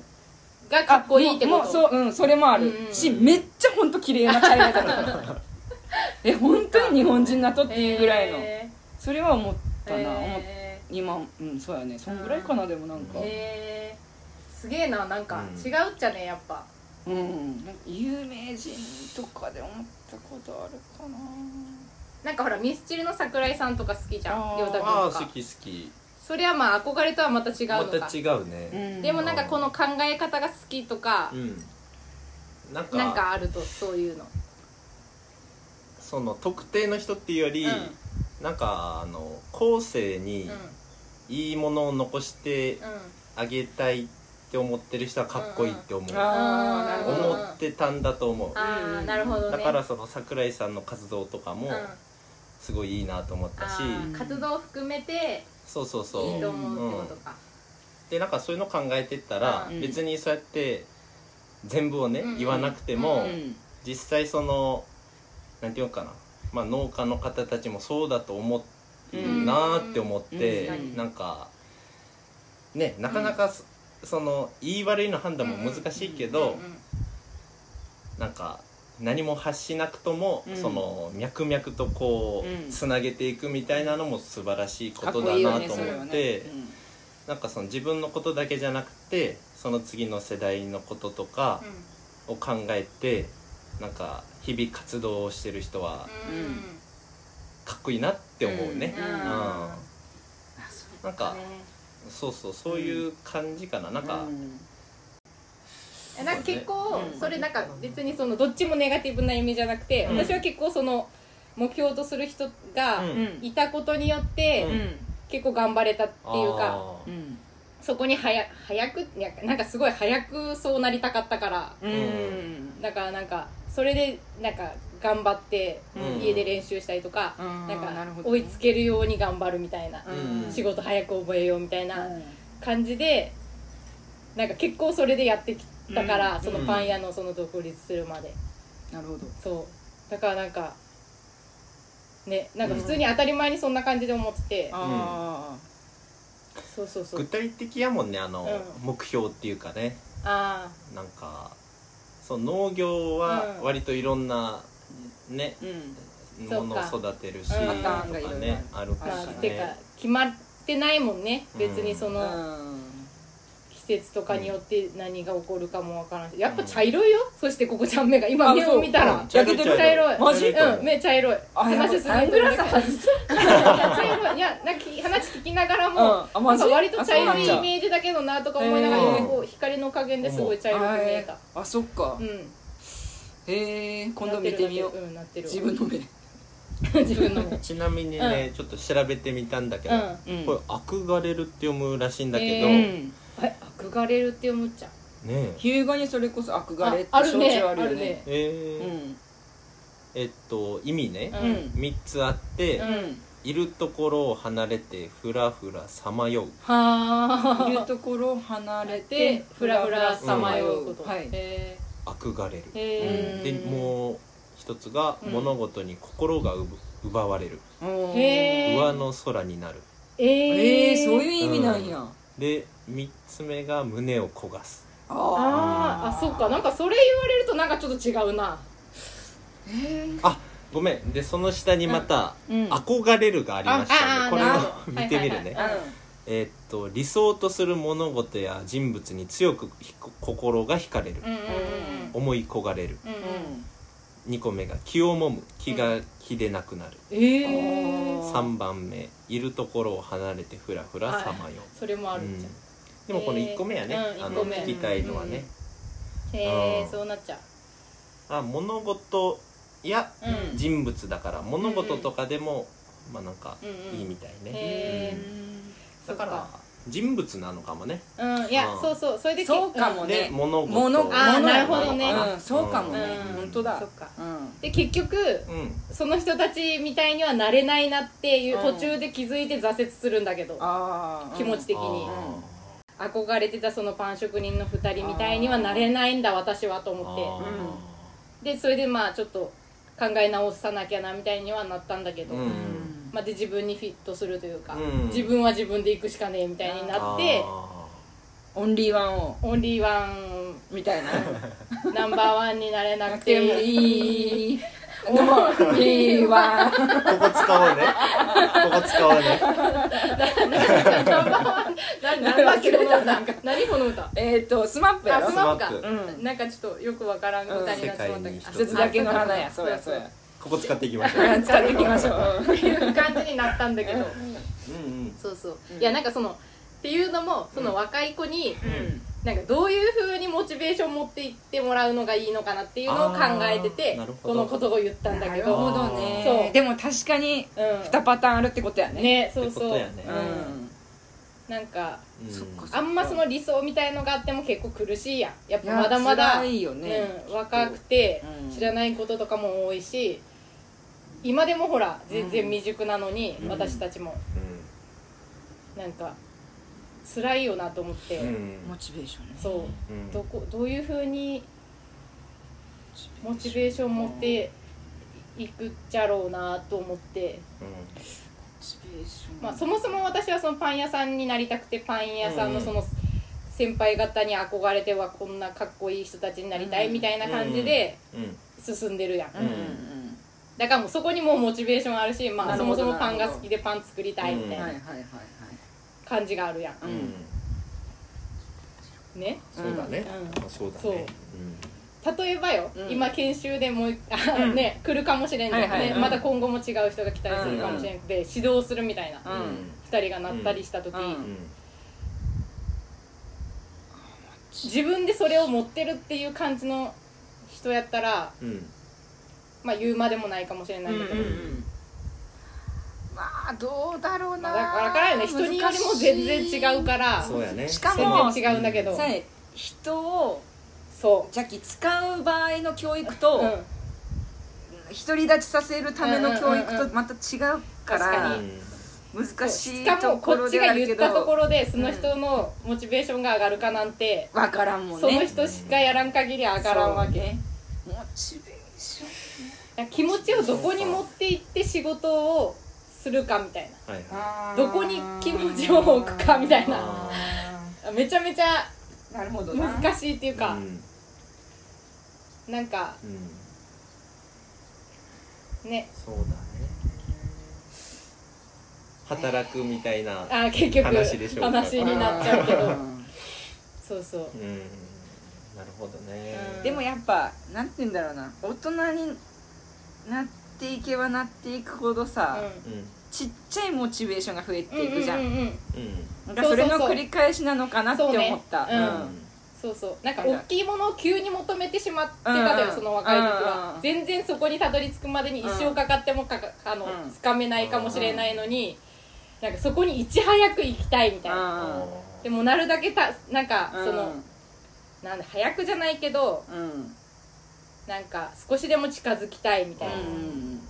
[SPEAKER 3] がかっこいいってこと
[SPEAKER 1] あもうもうそううんそれもある、
[SPEAKER 3] うんうん
[SPEAKER 1] しめっちゃ本当綺麗な茶色だった え本当に日本人なとっていうぐらいの、
[SPEAKER 3] へ
[SPEAKER 1] それは思ったな、
[SPEAKER 3] ー
[SPEAKER 1] 思っ
[SPEAKER 3] へ
[SPEAKER 1] 今うんそうやねそんぐらいかなでもなんか
[SPEAKER 3] ーへーすげえななんか
[SPEAKER 4] うん
[SPEAKER 3] 違うっちゃねやっぱ
[SPEAKER 1] うんなんか有名人とかで思ったことあるかな
[SPEAKER 3] なんかほらミスチルの桜井さんとか好きじゃ
[SPEAKER 1] あ
[SPEAKER 3] ん
[SPEAKER 1] ー
[SPEAKER 3] 亮太君
[SPEAKER 4] ああ
[SPEAKER 3] と
[SPEAKER 4] 好
[SPEAKER 3] か
[SPEAKER 4] き好き
[SPEAKER 3] それはまあ憧れとはまた違う
[SPEAKER 4] ま
[SPEAKER 3] のか
[SPEAKER 4] た違うね
[SPEAKER 3] でも
[SPEAKER 1] な
[SPEAKER 3] なんかこの考え方が好きとか
[SPEAKER 4] うんなんか
[SPEAKER 3] なんかあるとそういうの
[SPEAKER 4] その特定の人っていうより、
[SPEAKER 3] う
[SPEAKER 4] なんかあの後世
[SPEAKER 3] う
[SPEAKER 4] に
[SPEAKER 3] んうん
[SPEAKER 4] いいものを残してあげたいって思ってる人はかっこいいって思う、
[SPEAKER 1] あーなるほど
[SPEAKER 4] 思ってたんだと思う
[SPEAKER 3] ああなるほどね
[SPEAKER 4] だからその桜井さんの活動とかも
[SPEAKER 3] うん
[SPEAKER 4] すごいいいなと思ったし、
[SPEAKER 3] あー活動を含めて
[SPEAKER 4] そうそうそう
[SPEAKER 3] いいと思うってことか、
[SPEAKER 4] でなんかそういうの考えてったら、
[SPEAKER 1] うん
[SPEAKER 4] 別にそうやって全部をね、
[SPEAKER 3] うん
[SPEAKER 4] 言わなくても、
[SPEAKER 1] うん
[SPEAKER 4] 実際そのなんていうのかな、まあ、農家の方たちもそうだと思うなーって思って、
[SPEAKER 1] うんうん
[SPEAKER 4] なんかねなかなかそ,、の言い悪いの判断も難しいけど、
[SPEAKER 3] うんうん
[SPEAKER 4] なんか何も発しなくとも、
[SPEAKER 1] うん
[SPEAKER 4] その脈々とこう、
[SPEAKER 1] うん
[SPEAKER 4] つなげていくみたいなのも素晴らしいこ
[SPEAKER 1] かっ
[SPEAKER 4] と
[SPEAKER 1] こ
[SPEAKER 4] だ
[SPEAKER 1] いいよ
[SPEAKER 4] な
[SPEAKER 1] ね
[SPEAKER 4] と
[SPEAKER 1] それ
[SPEAKER 4] 思
[SPEAKER 1] は
[SPEAKER 4] っ
[SPEAKER 1] ね
[SPEAKER 4] て、なんかその自分のことだけじゃなくてその次の世代のこととかを考えて、なんか日々活動をしてる人はかっこいいなって思うね、
[SPEAKER 1] うん
[SPEAKER 4] うん
[SPEAKER 1] あ
[SPEAKER 4] なんかそうそうそういう感じかな、なんか、
[SPEAKER 1] うん
[SPEAKER 3] えなんか結構
[SPEAKER 1] うん
[SPEAKER 3] それなんか別にそのどっちもネガティブな夢じゃなくて、
[SPEAKER 4] うん
[SPEAKER 3] 私は結構その目標とする人が
[SPEAKER 4] うん
[SPEAKER 3] いたことによって、
[SPEAKER 4] う
[SPEAKER 1] うんん
[SPEAKER 3] 結構頑張れたっていうか
[SPEAKER 4] あ
[SPEAKER 1] う
[SPEAKER 4] ー
[SPEAKER 1] ん
[SPEAKER 3] そこに早早くいやなんかすごい早くそうなりたかったから
[SPEAKER 1] うんうん
[SPEAKER 3] だからなんかそれでなんか頑張って
[SPEAKER 4] うん
[SPEAKER 3] 家で練習したりとか、
[SPEAKER 1] うん
[SPEAKER 3] なん
[SPEAKER 1] な
[SPEAKER 3] か
[SPEAKER 1] るほど
[SPEAKER 3] 追
[SPEAKER 1] ね
[SPEAKER 3] いつけるように頑張るみたいな、
[SPEAKER 4] うん
[SPEAKER 3] 仕事早く覚えようみたいな感じでなんか結構それでやってきたから、
[SPEAKER 1] うん
[SPEAKER 3] そのパン屋のその独立するまで、
[SPEAKER 1] なるほど
[SPEAKER 3] そうだからなんかねなんか普通に当たり前にそんな感じで思ってて、
[SPEAKER 1] あ
[SPEAKER 3] そうそうそ
[SPEAKER 4] 具
[SPEAKER 3] う
[SPEAKER 4] 体的やもんねあの、
[SPEAKER 3] う
[SPEAKER 4] 目標っていうかね
[SPEAKER 3] あ
[SPEAKER 4] なんかその農業は
[SPEAKER 3] うん
[SPEAKER 4] 割といろんなね
[SPEAKER 1] あ、うん
[SPEAKER 3] そうか
[SPEAKER 4] ものを育てるし、
[SPEAKER 3] うん
[SPEAKER 1] パ
[SPEAKER 4] とか
[SPEAKER 1] ターンがいろいろ
[SPEAKER 4] ねある
[SPEAKER 3] ー
[SPEAKER 4] か
[SPEAKER 3] まあ
[SPEAKER 4] ら
[SPEAKER 3] てか
[SPEAKER 4] ね
[SPEAKER 3] 決まってないもんね別にその、
[SPEAKER 1] う
[SPEAKER 3] 季節とかによって何が起こるかもわからんしやっぱ茶色いよ、そしてここちゃん目が今
[SPEAKER 1] あ
[SPEAKER 3] 目を見たら
[SPEAKER 1] そう焼けてる
[SPEAKER 3] 茶色い
[SPEAKER 1] マジ
[SPEAKER 3] うん目茶色い
[SPEAKER 1] あやばい
[SPEAKER 3] 話するんだけ
[SPEAKER 1] サン
[SPEAKER 3] ど
[SPEAKER 1] グラス外
[SPEAKER 3] 茶色いいやなんかき話聞きながらも、
[SPEAKER 1] んあ
[SPEAKER 3] な
[SPEAKER 1] マ
[SPEAKER 3] ん
[SPEAKER 1] ジ
[SPEAKER 3] か割と茶色いイ
[SPEAKER 1] ージ
[SPEAKER 3] メージだけどなとか思いながら、
[SPEAKER 1] うん
[SPEAKER 3] 今こう光の加減ですごい茶色く見えた、
[SPEAKER 1] あそっか
[SPEAKER 3] うん
[SPEAKER 1] へえ今度見てみよう
[SPEAKER 3] なってるなっ
[SPEAKER 1] 自
[SPEAKER 3] てる
[SPEAKER 1] 分の目
[SPEAKER 3] 自分の
[SPEAKER 4] ちなみにね、ちょっと調べてみたんだけど、
[SPEAKER 1] うん
[SPEAKER 4] これ「憧れる」って読むらしいんだけど、
[SPEAKER 3] う
[SPEAKER 4] ね
[SPEAKER 1] ん
[SPEAKER 3] え憧れるって思っちゃう
[SPEAKER 4] え
[SPEAKER 1] 日向にそれこそ憧れって
[SPEAKER 3] ああ
[SPEAKER 1] 象
[SPEAKER 3] るね
[SPEAKER 1] 徴あるよね
[SPEAKER 4] えーえっと意味ね、
[SPEAKER 1] う
[SPEAKER 3] うんん
[SPEAKER 4] 3つあって、
[SPEAKER 3] うん
[SPEAKER 4] いるところを離れてふらふらさまよう
[SPEAKER 3] は
[SPEAKER 1] うんい
[SPEAKER 3] あ
[SPEAKER 1] るところを離れ
[SPEAKER 3] れ
[SPEAKER 1] て
[SPEAKER 3] てふらふらさま
[SPEAKER 4] 迷
[SPEAKER 3] ようこと、
[SPEAKER 1] はい
[SPEAKER 3] へ
[SPEAKER 4] 憧れる、
[SPEAKER 3] えへ
[SPEAKER 1] うん
[SPEAKER 4] でもう一つが、
[SPEAKER 3] うん
[SPEAKER 4] 物事に心が奪奪われる
[SPEAKER 1] うん
[SPEAKER 3] へえ
[SPEAKER 4] 上の空になる
[SPEAKER 3] ええ
[SPEAKER 1] えーそういう
[SPEAKER 3] う
[SPEAKER 1] 意味なんや
[SPEAKER 4] で3つ目が胸を焦がす
[SPEAKER 1] ああ
[SPEAKER 3] あーあそっかなんかそれ言われるとなんかちょっと違うな
[SPEAKER 1] へー
[SPEAKER 4] あごめんでその下にまた「
[SPEAKER 1] うん
[SPEAKER 4] 憧れる」がありました
[SPEAKER 3] ああ
[SPEAKER 4] んで、
[SPEAKER 3] なる
[SPEAKER 4] こ
[SPEAKER 3] ほ
[SPEAKER 4] れを
[SPEAKER 3] ど
[SPEAKER 4] 見てみるね、
[SPEAKER 3] はいはいはい
[SPEAKER 4] えーっと理想とする物事や人物に強くひこ心が惹かれる、
[SPEAKER 3] うんうんうん
[SPEAKER 4] 思い焦がれる
[SPEAKER 3] うんうんうん
[SPEAKER 4] 2個目が気をもむ気が気でなくなる、
[SPEAKER 3] ええ
[SPEAKER 1] あー
[SPEAKER 4] 3番目いるところを離れてふらふらさまよう、
[SPEAKER 3] それもあ
[SPEAKER 4] う
[SPEAKER 3] る
[SPEAKER 4] ん
[SPEAKER 3] じゃん、
[SPEAKER 4] でもこの1個目やね、
[SPEAKER 3] えーうん
[SPEAKER 4] あ
[SPEAKER 3] 一個
[SPEAKER 4] の
[SPEAKER 3] 目
[SPEAKER 4] 聞きたいのはね、
[SPEAKER 3] へ
[SPEAKER 4] う
[SPEAKER 3] え
[SPEAKER 4] ん
[SPEAKER 3] そうなっちゃう
[SPEAKER 4] あ物事や
[SPEAKER 3] うん
[SPEAKER 4] 人物だから物事とかでも、まあなんか
[SPEAKER 3] うんうん
[SPEAKER 4] いいみたいね、
[SPEAKER 3] へ
[SPEAKER 4] うん
[SPEAKER 3] そ
[SPEAKER 4] だ
[SPEAKER 3] う
[SPEAKER 4] から人物なのかもね
[SPEAKER 3] うんいや
[SPEAKER 4] うん
[SPEAKER 3] そうそうそれで
[SPEAKER 1] そうかも
[SPEAKER 4] で
[SPEAKER 1] ね
[SPEAKER 4] 物事
[SPEAKER 1] 物
[SPEAKER 4] を
[SPEAKER 3] あー
[SPEAKER 1] 物
[SPEAKER 3] なるほどね
[SPEAKER 1] うんそうかもね
[SPEAKER 3] うん
[SPEAKER 1] 本当だ
[SPEAKER 3] そっか
[SPEAKER 1] うん
[SPEAKER 3] で結局
[SPEAKER 4] うん
[SPEAKER 3] その人たちみたいにはなれないなっていう
[SPEAKER 1] うん
[SPEAKER 3] 途中で気づいて挫折するんだけど
[SPEAKER 1] ああ
[SPEAKER 3] 気持ち的に
[SPEAKER 4] あ
[SPEAKER 3] 憧れてたそのパン職人の2人みたいにはなれないんだ私は
[SPEAKER 4] ー
[SPEAKER 3] と思って
[SPEAKER 4] あ
[SPEAKER 3] でそれでまあちょっと考え直さなきゃなみたいにはなったんだけど、
[SPEAKER 4] うん
[SPEAKER 1] うん
[SPEAKER 3] まあ、で自分にフィットするというか、
[SPEAKER 4] うん
[SPEAKER 3] 自分は自分で行くしかねえみたいに
[SPEAKER 4] ー
[SPEAKER 3] なって
[SPEAKER 4] あ
[SPEAKER 1] オンリーワンを
[SPEAKER 3] オンリーワ
[SPEAKER 1] みたい な
[SPEAKER 3] ンナンバーワンになれな
[SPEAKER 1] な
[SPEAKER 3] く
[SPEAKER 1] くて
[SPEAKER 3] て
[SPEAKER 1] も
[SPEAKER 3] も
[SPEAKER 1] い いオンリーワン
[SPEAKER 4] ーここ使おうねここ使おうね
[SPEAKER 3] ナンバーワンな何だっけこの歌何この歌
[SPEAKER 1] えっとスマップや
[SPEAKER 3] あ
[SPEAKER 1] ろ
[SPEAKER 3] スマップか
[SPEAKER 4] スマ
[SPEAKER 1] うん
[SPEAKER 3] なんかちょっとよくわからん歌になってしまった
[SPEAKER 4] うん世界に一つ
[SPEAKER 1] 一つだけの花やそうやそうや
[SPEAKER 4] ここ使っていきましょう
[SPEAKER 1] うん使っていきましょう
[SPEAKER 3] っていう感じになったんだけど
[SPEAKER 4] うんうん
[SPEAKER 3] そうそう、
[SPEAKER 1] うん
[SPEAKER 3] いやなんかそのっていうのもその若い子に、
[SPEAKER 1] うん
[SPEAKER 3] なんかどういうふうにモチベーション持っていってもらうのがいいのかなっていうのを考えて
[SPEAKER 4] あー
[SPEAKER 3] て
[SPEAKER 4] なるほ
[SPEAKER 3] こ
[SPEAKER 4] ど
[SPEAKER 3] のことを言ったんだ
[SPEAKER 1] な
[SPEAKER 3] け
[SPEAKER 1] る
[SPEAKER 3] ど
[SPEAKER 1] ほどね
[SPEAKER 3] そう
[SPEAKER 1] でも確かに
[SPEAKER 3] う
[SPEAKER 1] 2パターンあるってことや
[SPEAKER 3] ん
[SPEAKER 1] ね
[SPEAKER 3] ね
[SPEAKER 4] っ
[SPEAKER 3] そ
[SPEAKER 4] て
[SPEAKER 3] う
[SPEAKER 4] こ
[SPEAKER 3] そ
[SPEAKER 4] と
[SPEAKER 3] う
[SPEAKER 4] やね
[SPEAKER 1] う、ん
[SPEAKER 3] なんか
[SPEAKER 4] うん
[SPEAKER 1] そっか
[SPEAKER 3] あんまその理想みたいのがあっても結構苦しいやんやっ
[SPEAKER 1] い
[SPEAKER 3] ぱ
[SPEAKER 1] や
[SPEAKER 3] まだまだ、
[SPEAKER 1] 辛いよね
[SPEAKER 3] うん、若くて
[SPEAKER 1] うん
[SPEAKER 3] 知らないこととかも多いし今でもほら全然未熟なのに、
[SPEAKER 4] うん
[SPEAKER 3] 私たちもなんか辛いよなと思って、
[SPEAKER 4] うん
[SPEAKER 1] モチベーションね
[SPEAKER 3] そううんどこどういうふうにモチベーション持っていくっちゃろうなと思って、
[SPEAKER 4] う
[SPEAKER 1] チベーション
[SPEAKER 3] まあ、そもそも私はそのパン屋さんになりたくてパン屋さん
[SPEAKER 4] う
[SPEAKER 3] の
[SPEAKER 4] ん
[SPEAKER 3] その先輩方に憧れてはこんなかっこいい人たちになりたいみたいな感じで
[SPEAKER 4] んうん
[SPEAKER 3] 進んでるやん、
[SPEAKER 1] うんうん
[SPEAKER 3] だからもうそこにもうモチベーションあるし、ま
[SPEAKER 1] な
[SPEAKER 3] あ、
[SPEAKER 1] る
[SPEAKER 3] そ
[SPEAKER 1] ほ
[SPEAKER 3] も
[SPEAKER 1] ど
[SPEAKER 3] そもパンが好きでパン作りたいみ
[SPEAKER 1] う
[SPEAKER 3] たい
[SPEAKER 1] んはいはい
[SPEAKER 3] な
[SPEAKER 1] はいはい
[SPEAKER 3] 感じがあるやん、
[SPEAKER 1] うん
[SPEAKER 3] ね
[SPEAKER 4] そうだね、
[SPEAKER 3] う
[SPEAKER 4] あそうだ
[SPEAKER 3] そう
[SPEAKER 4] ね
[SPEAKER 3] 例えばよ、
[SPEAKER 1] うん
[SPEAKER 3] 今研修でもう あ、
[SPEAKER 1] うん
[SPEAKER 3] ね来るかもしれんけどね、
[SPEAKER 1] はいはい
[SPEAKER 4] はい
[SPEAKER 3] また今後も違う人が来たりするかもしれんくて、指導するみたいな、
[SPEAKER 1] うん
[SPEAKER 4] うん
[SPEAKER 3] 2人がなったりした時、
[SPEAKER 1] うん
[SPEAKER 4] うん
[SPEAKER 3] 自分でそれを持ってるっていう感じの人やったら
[SPEAKER 4] うん
[SPEAKER 3] まあ言うまでもないかもしれないんだけど、
[SPEAKER 1] うんうんうんまあどうだろうな
[SPEAKER 3] まあだからわからんよね人によりも全然違うから
[SPEAKER 4] そうやね
[SPEAKER 1] しかも
[SPEAKER 3] 全然違うんだけど
[SPEAKER 1] さえ人を
[SPEAKER 3] そ
[SPEAKER 1] 邪気使う場合の教育
[SPEAKER 3] う、
[SPEAKER 1] と、
[SPEAKER 3] うん、
[SPEAKER 1] 独り立ちさせるための教育
[SPEAKER 3] うんうんうんう
[SPEAKER 1] とまた違うか
[SPEAKER 3] 確
[SPEAKER 1] ら
[SPEAKER 3] か
[SPEAKER 4] うん
[SPEAKER 1] 難し
[SPEAKER 3] し
[SPEAKER 1] い
[SPEAKER 3] か
[SPEAKER 1] と
[SPEAKER 3] も
[SPEAKER 1] こ
[SPEAKER 3] こ
[SPEAKER 1] ろ
[SPEAKER 3] っち
[SPEAKER 1] では
[SPEAKER 3] が
[SPEAKER 1] ある
[SPEAKER 3] 言
[SPEAKER 1] け
[SPEAKER 3] ったとこ
[SPEAKER 1] ど
[SPEAKER 3] ろでその人のモチベーションが上がるかなんて、
[SPEAKER 1] わからんもんね
[SPEAKER 3] その人しかやらん限り上がらんわけ、
[SPEAKER 1] モチベーション
[SPEAKER 3] だから気持ちをどこに持っていって仕事をするかみたい
[SPEAKER 4] はいはい
[SPEAKER 1] あー
[SPEAKER 3] どこに気持ちを置くかみたいな
[SPEAKER 1] あ
[SPEAKER 3] なめちゃめちゃ
[SPEAKER 1] ーなるほどな
[SPEAKER 3] 難しいっていうか
[SPEAKER 4] う、ん
[SPEAKER 3] なんか
[SPEAKER 4] うん
[SPEAKER 3] ね
[SPEAKER 4] そうだね働くみたいな
[SPEAKER 3] あー結局
[SPEAKER 4] 話でしょうか
[SPEAKER 3] 話になっちゃうけど
[SPEAKER 1] ど
[SPEAKER 3] そうそう
[SPEAKER 4] うんなるほどね
[SPEAKER 3] うん
[SPEAKER 1] でもやっぱなんて言うんだろうな大人になっていけばなっていくほどさ、
[SPEAKER 4] うん
[SPEAKER 1] ちっちゃいモチベーションが増え
[SPEAKER 3] うん
[SPEAKER 1] ていくじゃん,、
[SPEAKER 3] うんうんうんうん
[SPEAKER 4] う
[SPEAKER 1] なんかそれの
[SPEAKER 3] そうそう
[SPEAKER 1] 繰
[SPEAKER 3] そう
[SPEAKER 1] り返しなのかなって思った
[SPEAKER 3] そうね
[SPEAKER 4] ん
[SPEAKER 3] うそうそうなんか大きいものを急に求めてしまってた
[SPEAKER 1] うん
[SPEAKER 3] だ
[SPEAKER 1] うん
[SPEAKER 3] よその若い時
[SPEAKER 1] うんう
[SPEAKER 3] は
[SPEAKER 1] ん
[SPEAKER 3] 全然そこにたどり着くまでに一生かかってもかかあの
[SPEAKER 1] うん
[SPEAKER 3] つかめないかもしれないのになんかそこにいち早く行きたいみたいな
[SPEAKER 4] あ
[SPEAKER 1] うん
[SPEAKER 4] ー
[SPEAKER 3] でもなるだけたなんかその
[SPEAKER 1] うん
[SPEAKER 3] なんだ早くじゃないけど
[SPEAKER 1] うん
[SPEAKER 3] なんか少しでも近づきたいみたいなっ
[SPEAKER 1] うん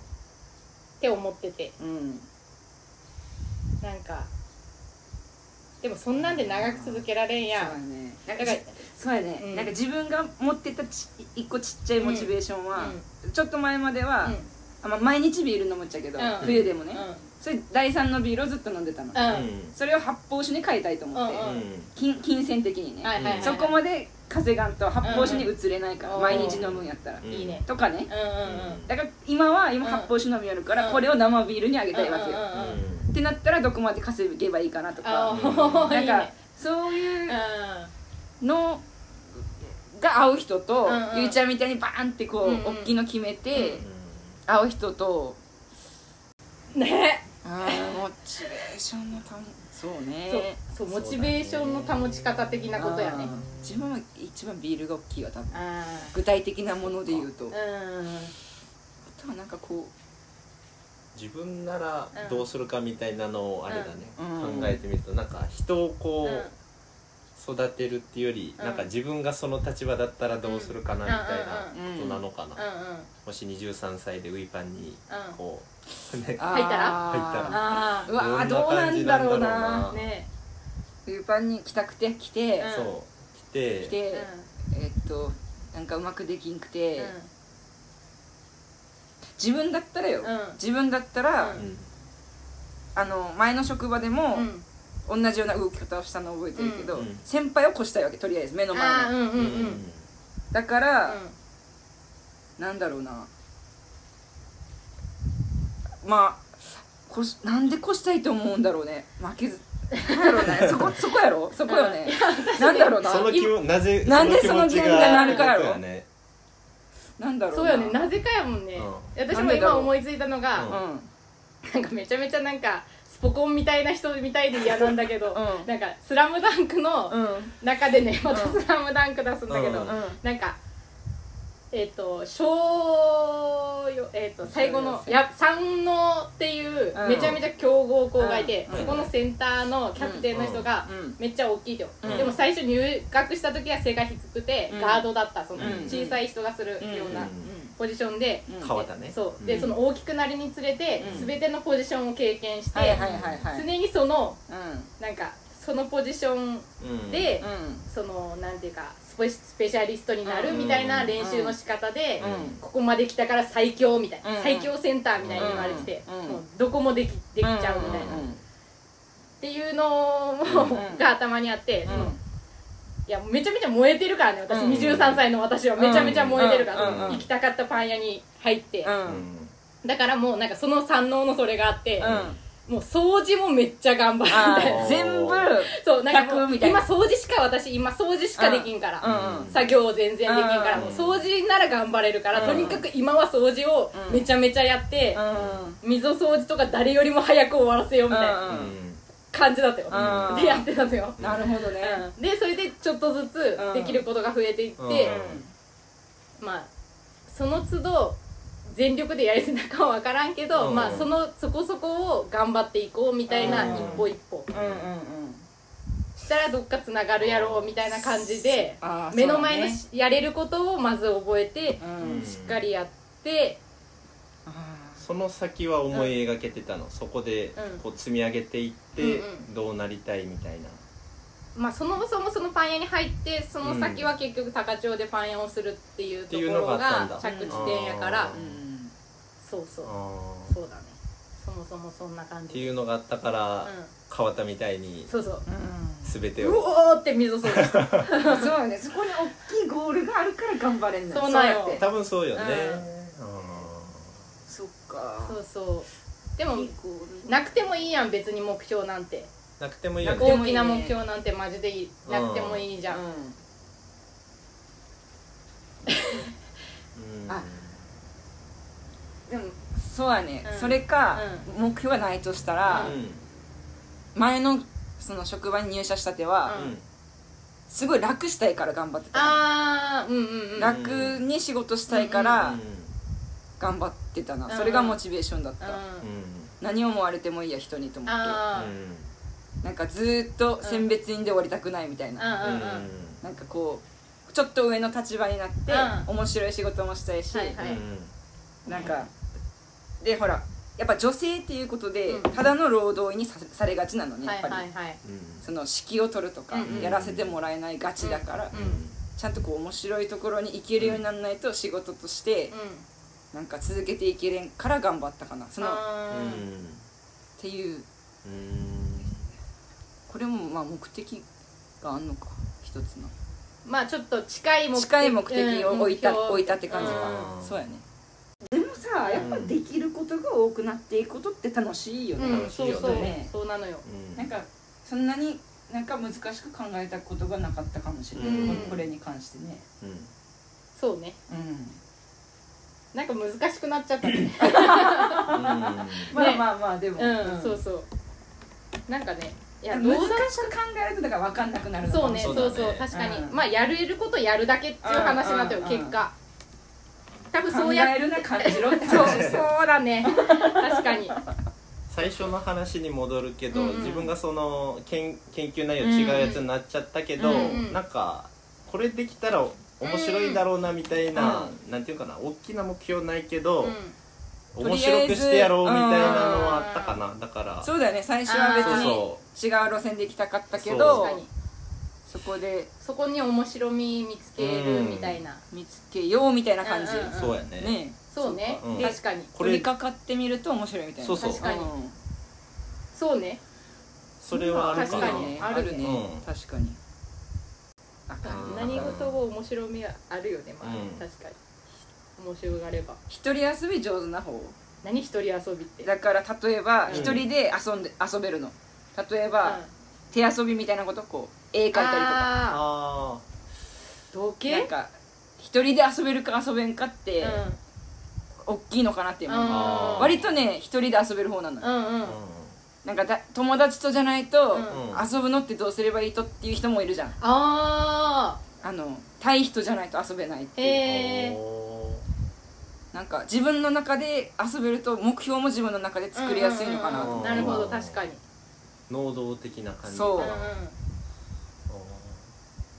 [SPEAKER 3] て思ってて
[SPEAKER 1] うん
[SPEAKER 3] なんかでもそんなんで長く続けられん
[SPEAKER 1] そう
[SPEAKER 3] や
[SPEAKER 1] や
[SPEAKER 3] ん
[SPEAKER 1] ねな
[SPEAKER 3] だ
[SPEAKER 1] ん
[SPEAKER 3] か
[SPEAKER 1] からじそうやね、
[SPEAKER 3] うん
[SPEAKER 1] なんか自分が持ってたち一個ちっちゃいモチベーションは、ちょっと前までは、
[SPEAKER 3] うん
[SPEAKER 1] あまあ、毎日ビール飲むっちゃけど、
[SPEAKER 3] うん
[SPEAKER 1] 冬でもね、
[SPEAKER 3] う
[SPEAKER 1] それ第3のビールをずっと飲んでたの、
[SPEAKER 3] んうん
[SPEAKER 4] う
[SPEAKER 1] それを発泡酒に変えたいと思って、
[SPEAKER 3] うん
[SPEAKER 4] ん
[SPEAKER 1] 金金銭的にね、
[SPEAKER 3] はいはいはいはい
[SPEAKER 1] そこまで稼がんと発泡酒に移れないから、
[SPEAKER 3] うん
[SPEAKER 1] 毎日飲むんやったら、
[SPEAKER 4] うん
[SPEAKER 3] いいね
[SPEAKER 1] とかね
[SPEAKER 3] うんうんうん
[SPEAKER 1] だから今は今
[SPEAKER 3] うん
[SPEAKER 1] 発泡酒飲みやるから、
[SPEAKER 3] うん
[SPEAKER 1] これを生ビールにあげたいわけよ、
[SPEAKER 3] うんうん
[SPEAKER 4] う
[SPEAKER 3] うんう
[SPEAKER 4] ん
[SPEAKER 3] ん
[SPEAKER 1] ってなったらどこまで稼げばいいかなと
[SPEAKER 3] あ
[SPEAKER 1] か
[SPEAKER 3] ー
[SPEAKER 1] ないん
[SPEAKER 3] い
[SPEAKER 1] か
[SPEAKER 3] ね
[SPEAKER 1] そういううんのが合う人と、
[SPEAKER 3] うんうん
[SPEAKER 1] ゆうちゃんみたいにバーンってこう、
[SPEAKER 3] うんうん
[SPEAKER 1] 大きいの決めて、
[SPEAKER 3] うん
[SPEAKER 1] 会う人と
[SPEAKER 3] ね
[SPEAKER 1] モチベーションのたもそうね
[SPEAKER 3] そうそうモチベーションの保ち方的なことやね
[SPEAKER 1] あー自分は一番ビールが大きいわ多分
[SPEAKER 3] あ
[SPEAKER 1] 具体的なもので言うとあ
[SPEAKER 3] ーうん
[SPEAKER 1] とはなんかこ
[SPEAKER 4] 自分ならどうするかみたいなのをあれだね、
[SPEAKER 1] うん
[SPEAKER 4] 考えてみるとなんか人をこ
[SPEAKER 3] うん
[SPEAKER 4] う育てるっていうより、
[SPEAKER 3] うん
[SPEAKER 4] なんか自分がその立場だったらどうするかなみたいなことなのかな、
[SPEAKER 3] うんうんうん
[SPEAKER 4] もし23歳でウイパンにこう、ね
[SPEAKER 1] う
[SPEAKER 3] 入ったら
[SPEAKER 1] あー
[SPEAKER 4] 入ったら
[SPEAKER 3] あ
[SPEAKER 1] うわー
[SPEAKER 4] ど
[SPEAKER 1] ど
[SPEAKER 4] ん
[SPEAKER 1] う
[SPEAKER 4] な
[SPEAKER 1] な
[SPEAKER 4] 感じ
[SPEAKER 1] ん
[SPEAKER 4] な
[SPEAKER 1] だ
[SPEAKER 4] んだろ
[SPEAKER 1] ろ
[SPEAKER 4] う
[SPEAKER 1] う
[SPEAKER 4] な
[SPEAKER 1] な
[SPEAKER 3] あね
[SPEAKER 1] 冬パンに来たくて来て、
[SPEAKER 3] うん
[SPEAKER 4] そう来て
[SPEAKER 1] 来て、
[SPEAKER 3] え
[SPEAKER 1] えっとなんかうまくできんくて、
[SPEAKER 3] うん
[SPEAKER 1] 自分だったらよ、
[SPEAKER 3] うん
[SPEAKER 1] 自分だったら、
[SPEAKER 3] う
[SPEAKER 4] うん
[SPEAKER 1] あの前の職場でも、
[SPEAKER 3] うん
[SPEAKER 1] 同じような動き方をしたのを覚えてるけど、
[SPEAKER 4] うんうん
[SPEAKER 1] 先輩を越したいわけとりあえず目の
[SPEAKER 3] あ
[SPEAKER 1] 前の
[SPEAKER 3] ーうんうんうんうん
[SPEAKER 1] だから、なんだろうなまあこしなんで越したいと思うんだろうね負けずなんだろうね そこそこやろそこよねなんだろうな
[SPEAKER 4] その気
[SPEAKER 1] い
[SPEAKER 4] もなぜ
[SPEAKER 1] なんでその
[SPEAKER 4] 気持ち
[SPEAKER 1] 気分がなるかやろ
[SPEAKER 4] そうだね
[SPEAKER 1] なんだろう
[SPEAKER 3] そうよねなぜかやもんね
[SPEAKER 4] う
[SPEAKER 3] 私
[SPEAKER 1] なん
[SPEAKER 3] も
[SPEAKER 1] でだろ
[SPEAKER 3] 今
[SPEAKER 1] う
[SPEAKER 3] 思いついたのが
[SPEAKER 4] うん
[SPEAKER 1] うん
[SPEAKER 3] なんかめちゃめちゃなんかスポコンみたいな人みたいで嫌なんだけど、
[SPEAKER 1] うん
[SPEAKER 3] なんか「スラムダンクの
[SPEAKER 1] うん
[SPEAKER 3] 中でねまた「スラムダンク出すんだけど、
[SPEAKER 4] うん
[SPEAKER 1] うん
[SPEAKER 3] なんかえっ、と小よ、えっと最後のや三能っていう
[SPEAKER 1] うん
[SPEAKER 3] めちゃめちゃ強豪校がいて、
[SPEAKER 1] うん
[SPEAKER 3] そこのセンターのキャプテンの人が
[SPEAKER 1] うん
[SPEAKER 3] めっちゃ大きいと、
[SPEAKER 1] うん
[SPEAKER 3] でも最初入学した時は背が低くて
[SPEAKER 1] うん
[SPEAKER 3] ガードだったその
[SPEAKER 1] うん
[SPEAKER 3] 小さい人がするよう
[SPEAKER 4] う
[SPEAKER 3] な
[SPEAKER 1] う
[SPEAKER 3] ポジションで。
[SPEAKER 1] んうん
[SPEAKER 4] 川田ね
[SPEAKER 3] そう
[SPEAKER 4] う
[SPEAKER 3] で
[SPEAKER 4] ん
[SPEAKER 3] その大きくなりにつれて、
[SPEAKER 1] うん
[SPEAKER 3] 全てのポジションを経験して、
[SPEAKER 1] はいはいはいはい
[SPEAKER 3] 常にその
[SPEAKER 1] う
[SPEAKER 3] なんかそのポジション
[SPEAKER 4] うん
[SPEAKER 3] で、
[SPEAKER 1] んうん
[SPEAKER 3] そのなんていうかスペスペシャリストになるみたいな練習の仕方で、
[SPEAKER 4] うん
[SPEAKER 3] ここまで来たから最強みたいな、
[SPEAKER 1] うん
[SPEAKER 3] 最強センターみたいに言われてて、
[SPEAKER 1] うん
[SPEAKER 3] もうどこもできできちゃうみたいな、
[SPEAKER 1] うん
[SPEAKER 3] っていうのも、
[SPEAKER 1] うん
[SPEAKER 3] が頭にあって、
[SPEAKER 1] う
[SPEAKER 3] その
[SPEAKER 1] ん
[SPEAKER 3] いやめちゃめちゃ燃えてるからね私、
[SPEAKER 1] うん
[SPEAKER 3] 23歳の私はめちゃめちゃ燃えてるから、
[SPEAKER 1] うんうん
[SPEAKER 3] 行きたかったパン屋に入って、
[SPEAKER 1] うん
[SPEAKER 3] だからもうなんかその三能のそれがあって、
[SPEAKER 1] うん
[SPEAKER 3] もう掃除もめっちゃ頑張るみ
[SPEAKER 1] あ
[SPEAKER 3] たいな
[SPEAKER 1] ー全部
[SPEAKER 3] そうなんかも
[SPEAKER 1] 100
[SPEAKER 3] う
[SPEAKER 1] み
[SPEAKER 3] 今
[SPEAKER 1] たいな
[SPEAKER 3] 掃除しか私今掃除しかできんから、
[SPEAKER 1] うん
[SPEAKER 3] 作業全然できんから、
[SPEAKER 1] うん
[SPEAKER 3] もう掃除なら頑張れるから、
[SPEAKER 1] うん
[SPEAKER 3] とにかく今は掃除を
[SPEAKER 1] うん
[SPEAKER 3] めちゃめちゃやって、
[SPEAKER 1] うん
[SPEAKER 3] 溝掃除とか誰よりも早く終わらせようみたいな
[SPEAKER 1] うん
[SPEAKER 3] 感じだったよ、
[SPEAKER 1] うん
[SPEAKER 3] でやってたのよ、
[SPEAKER 1] なるほどね
[SPEAKER 3] うんでそれでちょっとずつ
[SPEAKER 1] うん
[SPEAKER 3] できることが増えていって、まあその都度全力でやりてたかは分からんけど、
[SPEAKER 4] うん
[SPEAKER 3] まあそのそこそこを頑張っていこうみたいな
[SPEAKER 1] うん
[SPEAKER 3] 一歩一歩、
[SPEAKER 1] うんうんうん
[SPEAKER 3] したらどっかつながるやろうみたいな感じで
[SPEAKER 1] あー
[SPEAKER 3] 目の前の
[SPEAKER 1] そう
[SPEAKER 3] しやれることをまず覚えて
[SPEAKER 1] だねうん
[SPEAKER 4] うん
[SPEAKER 3] しっかりやって
[SPEAKER 1] あ
[SPEAKER 4] その先は思い描けてたの、そこで
[SPEAKER 3] うん
[SPEAKER 4] こう積み上げていって、
[SPEAKER 3] うんう
[SPEAKER 4] どうなりたいみたいな
[SPEAKER 3] まあそもそもそのパン屋に入ってその先は結局高千穂でパン屋をするっていうとこ
[SPEAKER 1] いうのがあ
[SPEAKER 4] って
[SPEAKER 3] ろが着
[SPEAKER 1] ったんだ
[SPEAKER 3] 地点やから
[SPEAKER 1] ーうん
[SPEAKER 3] そうそう
[SPEAKER 4] あー
[SPEAKER 3] そうだねそもそもそんな感
[SPEAKER 4] って
[SPEAKER 3] じ
[SPEAKER 4] いうのがあったから、川田みたいに
[SPEAKER 3] そうそう
[SPEAKER 1] う
[SPEAKER 4] 全て
[SPEAKER 3] う
[SPEAKER 4] を
[SPEAKER 3] おーって水そうです
[SPEAKER 1] んそうよねそこに大きいゴールがあるから頑張れんの
[SPEAKER 3] そうなんよ
[SPEAKER 1] やって
[SPEAKER 4] 多分そうよね、うん
[SPEAKER 1] そっか
[SPEAKER 3] そうそうでも
[SPEAKER 1] いいゴール
[SPEAKER 3] なくてもいいやん別に目標なんて
[SPEAKER 4] なくてもいいよ
[SPEAKER 1] なくて
[SPEAKER 4] ね
[SPEAKER 1] も
[SPEAKER 3] 大きな目標なんてマジでいいなくてもいいじゃん
[SPEAKER 1] うん
[SPEAKER 4] うん
[SPEAKER 1] あでもそうやね、
[SPEAKER 3] うん
[SPEAKER 1] それか、目標がないとしたら、
[SPEAKER 4] うん
[SPEAKER 1] 前のその職場に入社したては、
[SPEAKER 3] うん
[SPEAKER 1] すごい楽したいから頑張ってた
[SPEAKER 3] あーうんうんうん
[SPEAKER 4] な
[SPEAKER 1] 楽に仕事したいから
[SPEAKER 4] う
[SPEAKER 1] 頑張ってたな、
[SPEAKER 3] うん
[SPEAKER 1] それがモチベーションだった、
[SPEAKER 3] うん
[SPEAKER 4] ん
[SPEAKER 1] 何思われてもいいや人にと思って
[SPEAKER 3] あ
[SPEAKER 1] なんかずーっと選別員で終わりたくないみたいな、
[SPEAKER 3] あ、うんうんうん、
[SPEAKER 1] なんかこうちょっと上の立場になって、
[SPEAKER 3] う
[SPEAKER 1] 面白い仕事もしたいし、
[SPEAKER 3] はいはい
[SPEAKER 1] なんかでほらやっぱ女性っていうことで、
[SPEAKER 3] うん
[SPEAKER 1] ただの労働にさされがちなのねやっぱり、
[SPEAKER 3] はいはいはい
[SPEAKER 1] その指揮を取るとか、
[SPEAKER 3] うん
[SPEAKER 4] うん
[SPEAKER 1] やらせてもらえないガチだから、ちゃんとこう面白いところに行けるようにならないと仕事として
[SPEAKER 3] う
[SPEAKER 1] なんか続けていけれんから頑張ったかなそ
[SPEAKER 3] ん
[SPEAKER 1] のっ
[SPEAKER 3] あー
[SPEAKER 1] ていうこれもまあ目的があんのか一つの
[SPEAKER 3] まあちょっと近い目的
[SPEAKER 1] 近い目的を置いた,、
[SPEAKER 3] うん
[SPEAKER 1] 置いたって感じ
[SPEAKER 3] うん
[SPEAKER 1] か、そうやねでもさ
[SPEAKER 4] やっぱで
[SPEAKER 1] きることが多くなっていくことって楽しいよ
[SPEAKER 3] うん、
[SPEAKER 4] 楽し
[SPEAKER 3] そ
[SPEAKER 4] いうよね
[SPEAKER 3] そう、
[SPEAKER 1] ね
[SPEAKER 3] そうなのよ
[SPEAKER 1] なんかそんなになんか難しく考えたことがなかったかもしれない、
[SPEAKER 4] うん
[SPEAKER 1] これに関してね
[SPEAKER 3] そうね
[SPEAKER 1] うん
[SPEAKER 3] なんか難しくなっちゃったね
[SPEAKER 1] まあまあまあでも、
[SPEAKER 3] うん、
[SPEAKER 1] うん
[SPEAKER 3] そうそうなんかねいや
[SPEAKER 1] 難
[SPEAKER 3] どう
[SPEAKER 1] しく考
[SPEAKER 3] だ
[SPEAKER 1] えるとだから分かんなくなるのか
[SPEAKER 3] そ
[SPEAKER 1] も
[SPEAKER 3] うね
[SPEAKER 1] しれ
[SPEAKER 3] そ
[SPEAKER 4] そうう
[SPEAKER 3] そ
[SPEAKER 4] だ
[SPEAKER 3] う
[SPEAKER 4] ね
[SPEAKER 3] 確かに、
[SPEAKER 1] うん
[SPEAKER 3] まあやれることやるだけっていう話になったよ、
[SPEAKER 1] うんうんうん
[SPEAKER 3] 結果多分
[SPEAKER 1] ない
[SPEAKER 3] そうや
[SPEAKER 1] 考えるな感じろって
[SPEAKER 3] そう
[SPEAKER 1] 話ですよ
[SPEAKER 3] そうだね確かに
[SPEAKER 4] 最初の話に戻るけど、自分がその研研究内容違うやつになっちゃったけど、なんかこれできたら面白いだろうなみたいな、なんていうかな大きな目標ないけど、面白くしてやろうみたいなのはあったかなだから
[SPEAKER 1] そうだよね最初は別
[SPEAKER 4] そう
[SPEAKER 1] に
[SPEAKER 4] そ
[SPEAKER 1] 違う路線で行きたかったけ
[SPEAKER 4] そ
[SPEAKER 1] ど
[SPEAKER 4] う
[SPEAKER 3] 確かに
[SPEAKER 1] そこで
[SPEAKER 3] そこに面白み見つけるみたいな、
[SPEAKER 1] 見つけようみたいな感じ、
[SPEAKER 3] うん
[SPEAKER 4] うそうやね
[SPEAKER 1] ね
[SPEAKER 3] そうね
[SPEAKER 4] そうかうん
[SPEAKER 3] 確かに
[SPEAKER 4] こ
[SPEAKER 1] 取り
[SPEAKER 4] れ
[SPEAKER 1] かかってみると面白いみたいな
[SPEAKER 4] そうそう
[SPEAKER 3] 確かに
[SPEAKER 1] うん
[SPEAKER 3] そうね
[SPEAKER 4] それはあるか
[SPEAKER 3] 確
[SPEAKER 4] な
[SPEAKER 3] かに
[SPEAKER 1] あるね、
[SPEAKER 4] うん
[SPEAKER 1] 確かにあかん
[SPEAKER 4] うん
[SPEAKER 1] な
[SPEAKER 3] 何事も面白みはあるよねまあ、
[SPEAKER 4] うん
[SPEAKER 3] 確かに面白がれば
[SPEAKER 1] 一人遊び上手な方
[SPEAKER 3] 何一人遊びって
[SPEAKER 1] だから例えば
[SPEAKER 3] うん
[SPEAKER 1] 一人で遊んで遊べるの例えば、
[SPEAKER 3] うん
[SPEAKER 1] 手遊びみたいなことこう絵描いたりとか
[SPEAKER 3] あ
[SPEAKER 4] あ
[SPEAKER 3] ー時
[SPEAKER 1] なん
[SPEAKER 3] 計
[SPEAKER 1] か一人で遊べるか遊べんかって、大きいのかなっていう
[SPEAKER 3] うん
[SPEAKER 1] のが、
[SPEAKER 4] あー
[SPEAKER 1] 割とね一人で遊べる方なのよ、
[SPEAKER 3] うんうんうん
[SPEAKER 1] なんかだ友達とじゃないと、
[SPEAKER 3] うん
[SPEAKER 1] 遊ぶのってどうすればいいとっていう人もいるじゃん
[SPEAKER 3] あ
[SPEAKER 1] あの対人じゃないと遊べないっ
[SPEAKER 3] ー
[SPEAKER 1] ていう
[SPEAKER 3] へえ
[SPEAKER 1] なんか自分の中で遊べると目標も自分の中で作りやすいのかなと
[SPEAKER 4] うんうんうん
[SPEAKER 3] なるほど確かに
[SPEAKER 4] 能動的な感じ
[SPEAKER 1] そううん
[SPEAKER 3] うん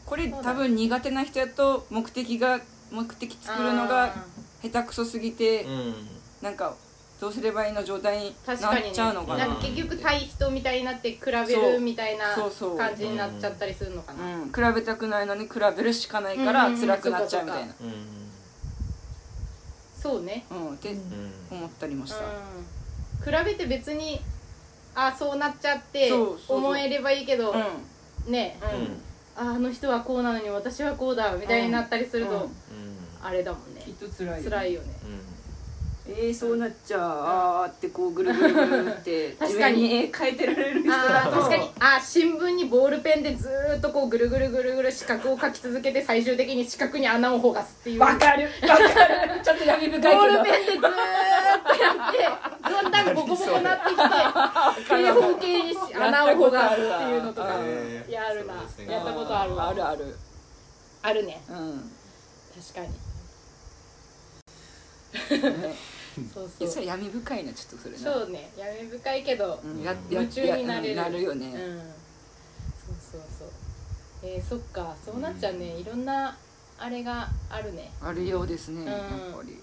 [SPEAKER 1] これ多分苦手な人やと目的が目的作るの
[SPEAKER 3] あ
[SPEAKER 1] が
[SPEAKER 3] ー
[SPEAKER 1] 下手くそすぎて、
[SPEAKER 4] うん
[SPEAKER 1] なんかどうすればいいの状態になっ
[SPEAKER 3] 確かに、ね、
[SPEAKER 1] ちゃうのかな
[SPEAKER 3] なんか結局対人みたいになって比べ
[SPEAKER 1] そ
[SPEAKER 3] る
[SPEAKER 1] う
[SPEAKER 3] みたいな
[SPEAKER 1] そうそう
[SPEAKER 3] 感じになっちゃったりするのかな
[SPEAKER 1] うん、比べたくないのに比べるしかないか
[SPEAKER 3] うん
[SPEAKER 1] ら
[SPEAKER 3] うん
[SPEAKER 1] 辛くなっちゃうみたいな、
[SPEAKER 4] うん
[SPEAKER 3] そうね
[SPEAKER 1] うんって
[SPEAKER 4] うん
[SPEAKER 1] 思ったりもした、
[SPEAKER 3] うん比べて別にあそうなっちゃって
[SPEAKER 1] そうそうそう
[SPEAKER 3] 思えればいいけど、
[SPEAKER 1] うん
[SPEAKER 3] ね
[SPEAKER 1] うん
[SPEAKER 3] ああの人はこうなのに私はこうだみたいになったりすると、
[SPEAKER 1] うん
[SPEAKER 4] う
[SPEAKER 3] あれだもんね
[SPEAKER 1] きっと辛いよね
[SPEAKER 3] 辛いよね
[SPEAKER 4] ん
[SPEAKER 1] えー、そうなっちゃうあーってこうぐるぐるぐるって
[SPEAKER 3] 確かに
[SPEAKER 1] 自分絵描いてられる人
[SPEAKER 3] あ
[SPEAKER 1] だ
[SPEAKER 3] ー
[SPEAKER 1] と
[SPEAKER 3] 確かにあー新聞にボールペンでずーっとこうぐるぐるぐるぐる四角を描き続けて最終的に四角に穴をほがすっていうボー
[SPEAKER 1] わ
[SPEAKER 3] ル
[SPEAKER 1] かるわかるちょっと闇深いけど
[SPEAKER 3] ペンでずーっとやってだんだんボコボコ なってきて正方形にし穴をほがすっていうのとか
[SPEAKER 1] やったことあるわ
[SPEAKER 4] えー
[SPEAKER 3] いやあるな
[SPEAKER 4] そうですね
[SPEAKER 3] やったことあるわ
[SPEAKER 1] あるある
[SPEAKER 3] あるね
[SPEAKER 1] うん
[SPEAKER 3] 確かに
[SPEAKER 1] ね
[SPEAKER 3] そう
[SPEAKER 1] い
[SPEAKER 3] そ
[SPEAKER 1] や
[SPEAKER 3] う
[SPEAKER 1] それ闇深いなちょっとそれな
[SPEAKER 3] そうね闇深いけど、
[SPEAKER 1] うんやや
[SPEAKER 3] 夢中になれる
[SPEAKER 1] やなるよね、
[SPEAKER 3] うんそうそうそうえー、そっかそうなっちゃうね、いろんなあれがあるね
[SPEAKER 1] あるようですね、
[SPEAKER 3] ん
[SPEAKER 1] やっぱり
[SPEAKER 3] い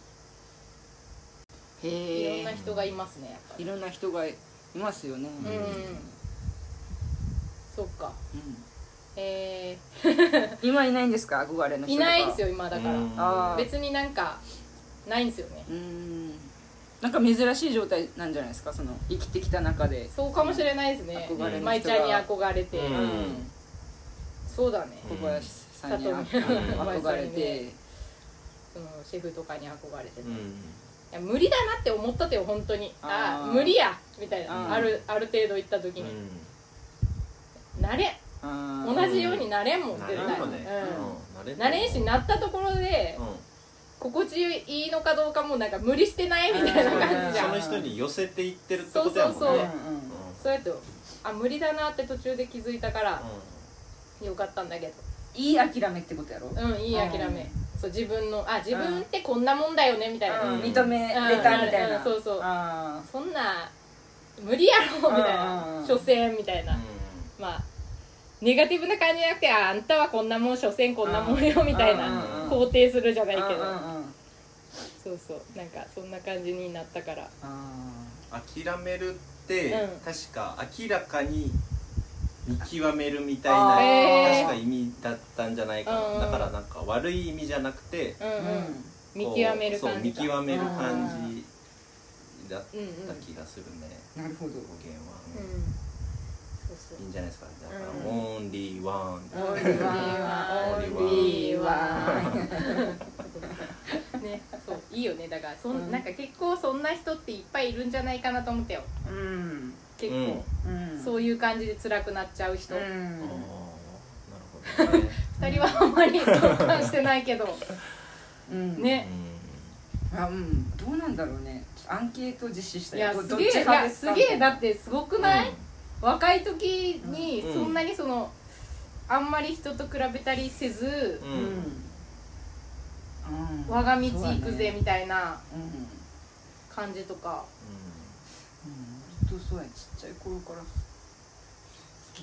[SPEAKER 3] ろ
[SPEAKER 1] へ
[SPEAKER 3] ん
[SPEAKER 1] え
[SPEAKER 3] な人がいますねやっぱ
[SPEAKER 1] い
[SPEAKER 3] り
[SPEAKER 1] ろんな人がいますよね、
[SPEAKER 3] うん、そっか
[SPEAKER 1] う
[SPEAKER 3] え
[SPEAKER 1] ん今いないんですか憧れの
[SPEAKER 3] ー、
[SPEAKER 1] 人
[SPEAKER 3] い
[SPEAKER 1] とか
[SPEAKER 3] ないんですよ今だから
[SPEAKER 1] あー
[SPEAKER 3] 別になんかないんですよね
[SPEAKER 1] うんなんか珍しい状態なんじゃないですかその生きてきた中で
[SPEAKER 3] そうかもしれないですね
[SPEAKER 1] 憧れの人が
[SPEAKER 3] 舞ちゃんに憧れて、
[SPEAKER 4] う
[SPEAKER 1] うん
[SPEAKER 3] そうだね、
[SPEAKER 1] 小林さんにあ
[SPEAKER 3] 佐藤
[SPEAKER 4] うん
[SPEAKER 1] 憧れて
[SPEAKER 3] そのシェフとかに憧れてて、
[SPEAKER 4] う
[SPEAKER 3] い
[SPEAKER 4] ん
[SPEAKER 3] や無理だなって思ったとよ本当にあ
[SPEAKER 1] あー
[SPEAKER 3] あ無理やみたいな
[SPEAKER 1] あ
[SPEAKER 3] あ
[SPEAKER 1] ー
[SPEAKER 3] るある程度行った時
[SPEAKER 4] う
[SPEAKER 3] に、
[SPEAKER 4] ん
[SPEAKER 3] なれん
[SPEAKER 1] あー
[SPEAKER 3] 同じようになれんもん
[SPEAKER 4] な
[SPEAKER 3] 絶
[SPEAKER 4] れ
[SPEAKER 3] 対
[SPEAKER 4] るよね
[SPEAKER 3] う
[SPEAKER 4] うんなれ
[SPEAKER 3] ん
[SPEAKER 4] る
[SPEAKER 3] なれんしなったところで
[SPEAKER 4] うん
[SPEAKER 3] 心地いいのかどうかもなんか無理してないみたいな感じじゃ
[SPEAKER 4] そ
[SPEAKER 3] ん
[SPEAKER 4] の人に寄せていってるってことやもんね
[SPEAKER 3] そうそう
[SPEAKER 1] うん
[SPEAKER 3] そうやってあ無理だなって途中で気づいたからよかったんだけど
[SPEAKER 1] いい諦めってことやろ、
[SPEAKER 3] うんいい諦
[SPEAKER 1] う
[SPEAKER 3] めそう自分のあ自分ってこんなもんだよねみたいな
[SPEAKER 4] うん
[SPEAKER 1] 認めれたみたいな、
[SPEAKER 3] うんそうそう
[SPEAKER 1] あ
[SPEAKER 3] そんな無理やろみたい
[SPEAKER 1] うんうんう
[SPEAKER 3] なん所詮みたいなまあネガティブな感じじゃなくてああんたはこんなもん所詮こんなもんよみたいな
[SPEAKER 1] うんうんうん
[SPEAKER 3] 肯定するじゃないけ
[SPEAKER 1] ー
[SPEAKER 3] ど
[SPEAKER 1] うんうんうん
[SPEAKER 3] そうそうなんかそんな感じになったから
[SPEAKER 1] あ
[SPEAKER 4] うん諦めるって
[SPEAKER 3] うん
[SPEAKER 4] 確か明らかに見極めるみた
[SPEAKER 1] あ
[SPEAKER 4] い
[SPEAKER 3] ー
[SPEAKER 4] な確か意味だったんじゃないか
[SPEAKER 3] うんうん
[SPEAKER 4] なだからなんか悪い意味じゃなくて
[SPEAKER 3] うん
[SPEAKER 1] ー
[SPEAKER 3] うん見
[SPEAKER 4] こう
[SPEAKER 3] 極める
[SPEAKER 4] そう
[SPEAKER 3] 感じ
[SPEAKER 4] 見
[SPEAKER 3] か
[SPEAKER 4] 極める感
[SPEAKER 3] うんうん
[SPEAKER 4] じだっ
[SPEAKER 3] うんうん
[SPEAKER 4] た気がするね
[SPEAKER 1] なるほど
[SPEAKER 4] 語源は
[SPEAKER 3] うん
[SPEAKER 4] うん
[SPEAKER 3] そうそう
[SPEAKER 4] いいんじゃないですかだから
[SPEAKER 3] うん
[SPEAKER 4] オンリーワン
[SPEAKER 1] オンリーワンオンリーワン
[SPEAKER 3] ね、そういいよねだからそん、
[SPEAKER 1] うん
[SPEAKER 3] なんか結構そんな人っていっぱいいるんじゃないかなと思ったよ
[SPEAKER 1] うん
[SPEAKER 3] 結構、
[SPEAKER 1] うん
[SPEAKER 3] そういう感じで辛くなっちゃう人、
[SPEAKER 1] う
[SPEAKER 3] 二
[SPEAKER 1] ん
[SPEAKER 4] あーなるほどね
[SPEAKER 3] 人はあんまり共感してないけ ど
[SPEAKER 1] うん
[SPEAKER 4] う
[SPEAKER 3] ね
[SPEAKER 4] ん
[SPEAKER 1] あうんどうなんだろうねアンケート実施した
[SPEAKER 3] い
[SPEAKER 1] り
[SPEAKER 3] や
[SPEAKER 1] ど
[SPEAKER 3] す
[SPEAKER 1] どっ
[SPEAKER 3] げえ
[SPEAKER 1] ち
[SPEAKER 3] い
[SPEAKER 1] 派
[SPEAKER 3] や
[SPEAKER 1] です
[SPEAKER 3] す
[SPEAKER 1] か
[SPEAKER 3] げえだ
[SPEAKER 1] み
[SPEAKER 3] ってすごくない、若い時に
[SPEAKER 4] うん
[SPEAKER 3] そんなにその、あんまり人と比べたりせず
[SPEAKER 4] う、
[SPEAKER 1] たいなうんう
[SPEAKER 4] ん
[SPEAKER 1] ん
[SPEAKER 3] 我が道行くぜみたいな
[SPEAKER 1] うんうん
[SPEAKER 3] 感じとか
[SPEAKER 1] ほんとそうやちっちゃい頃からそ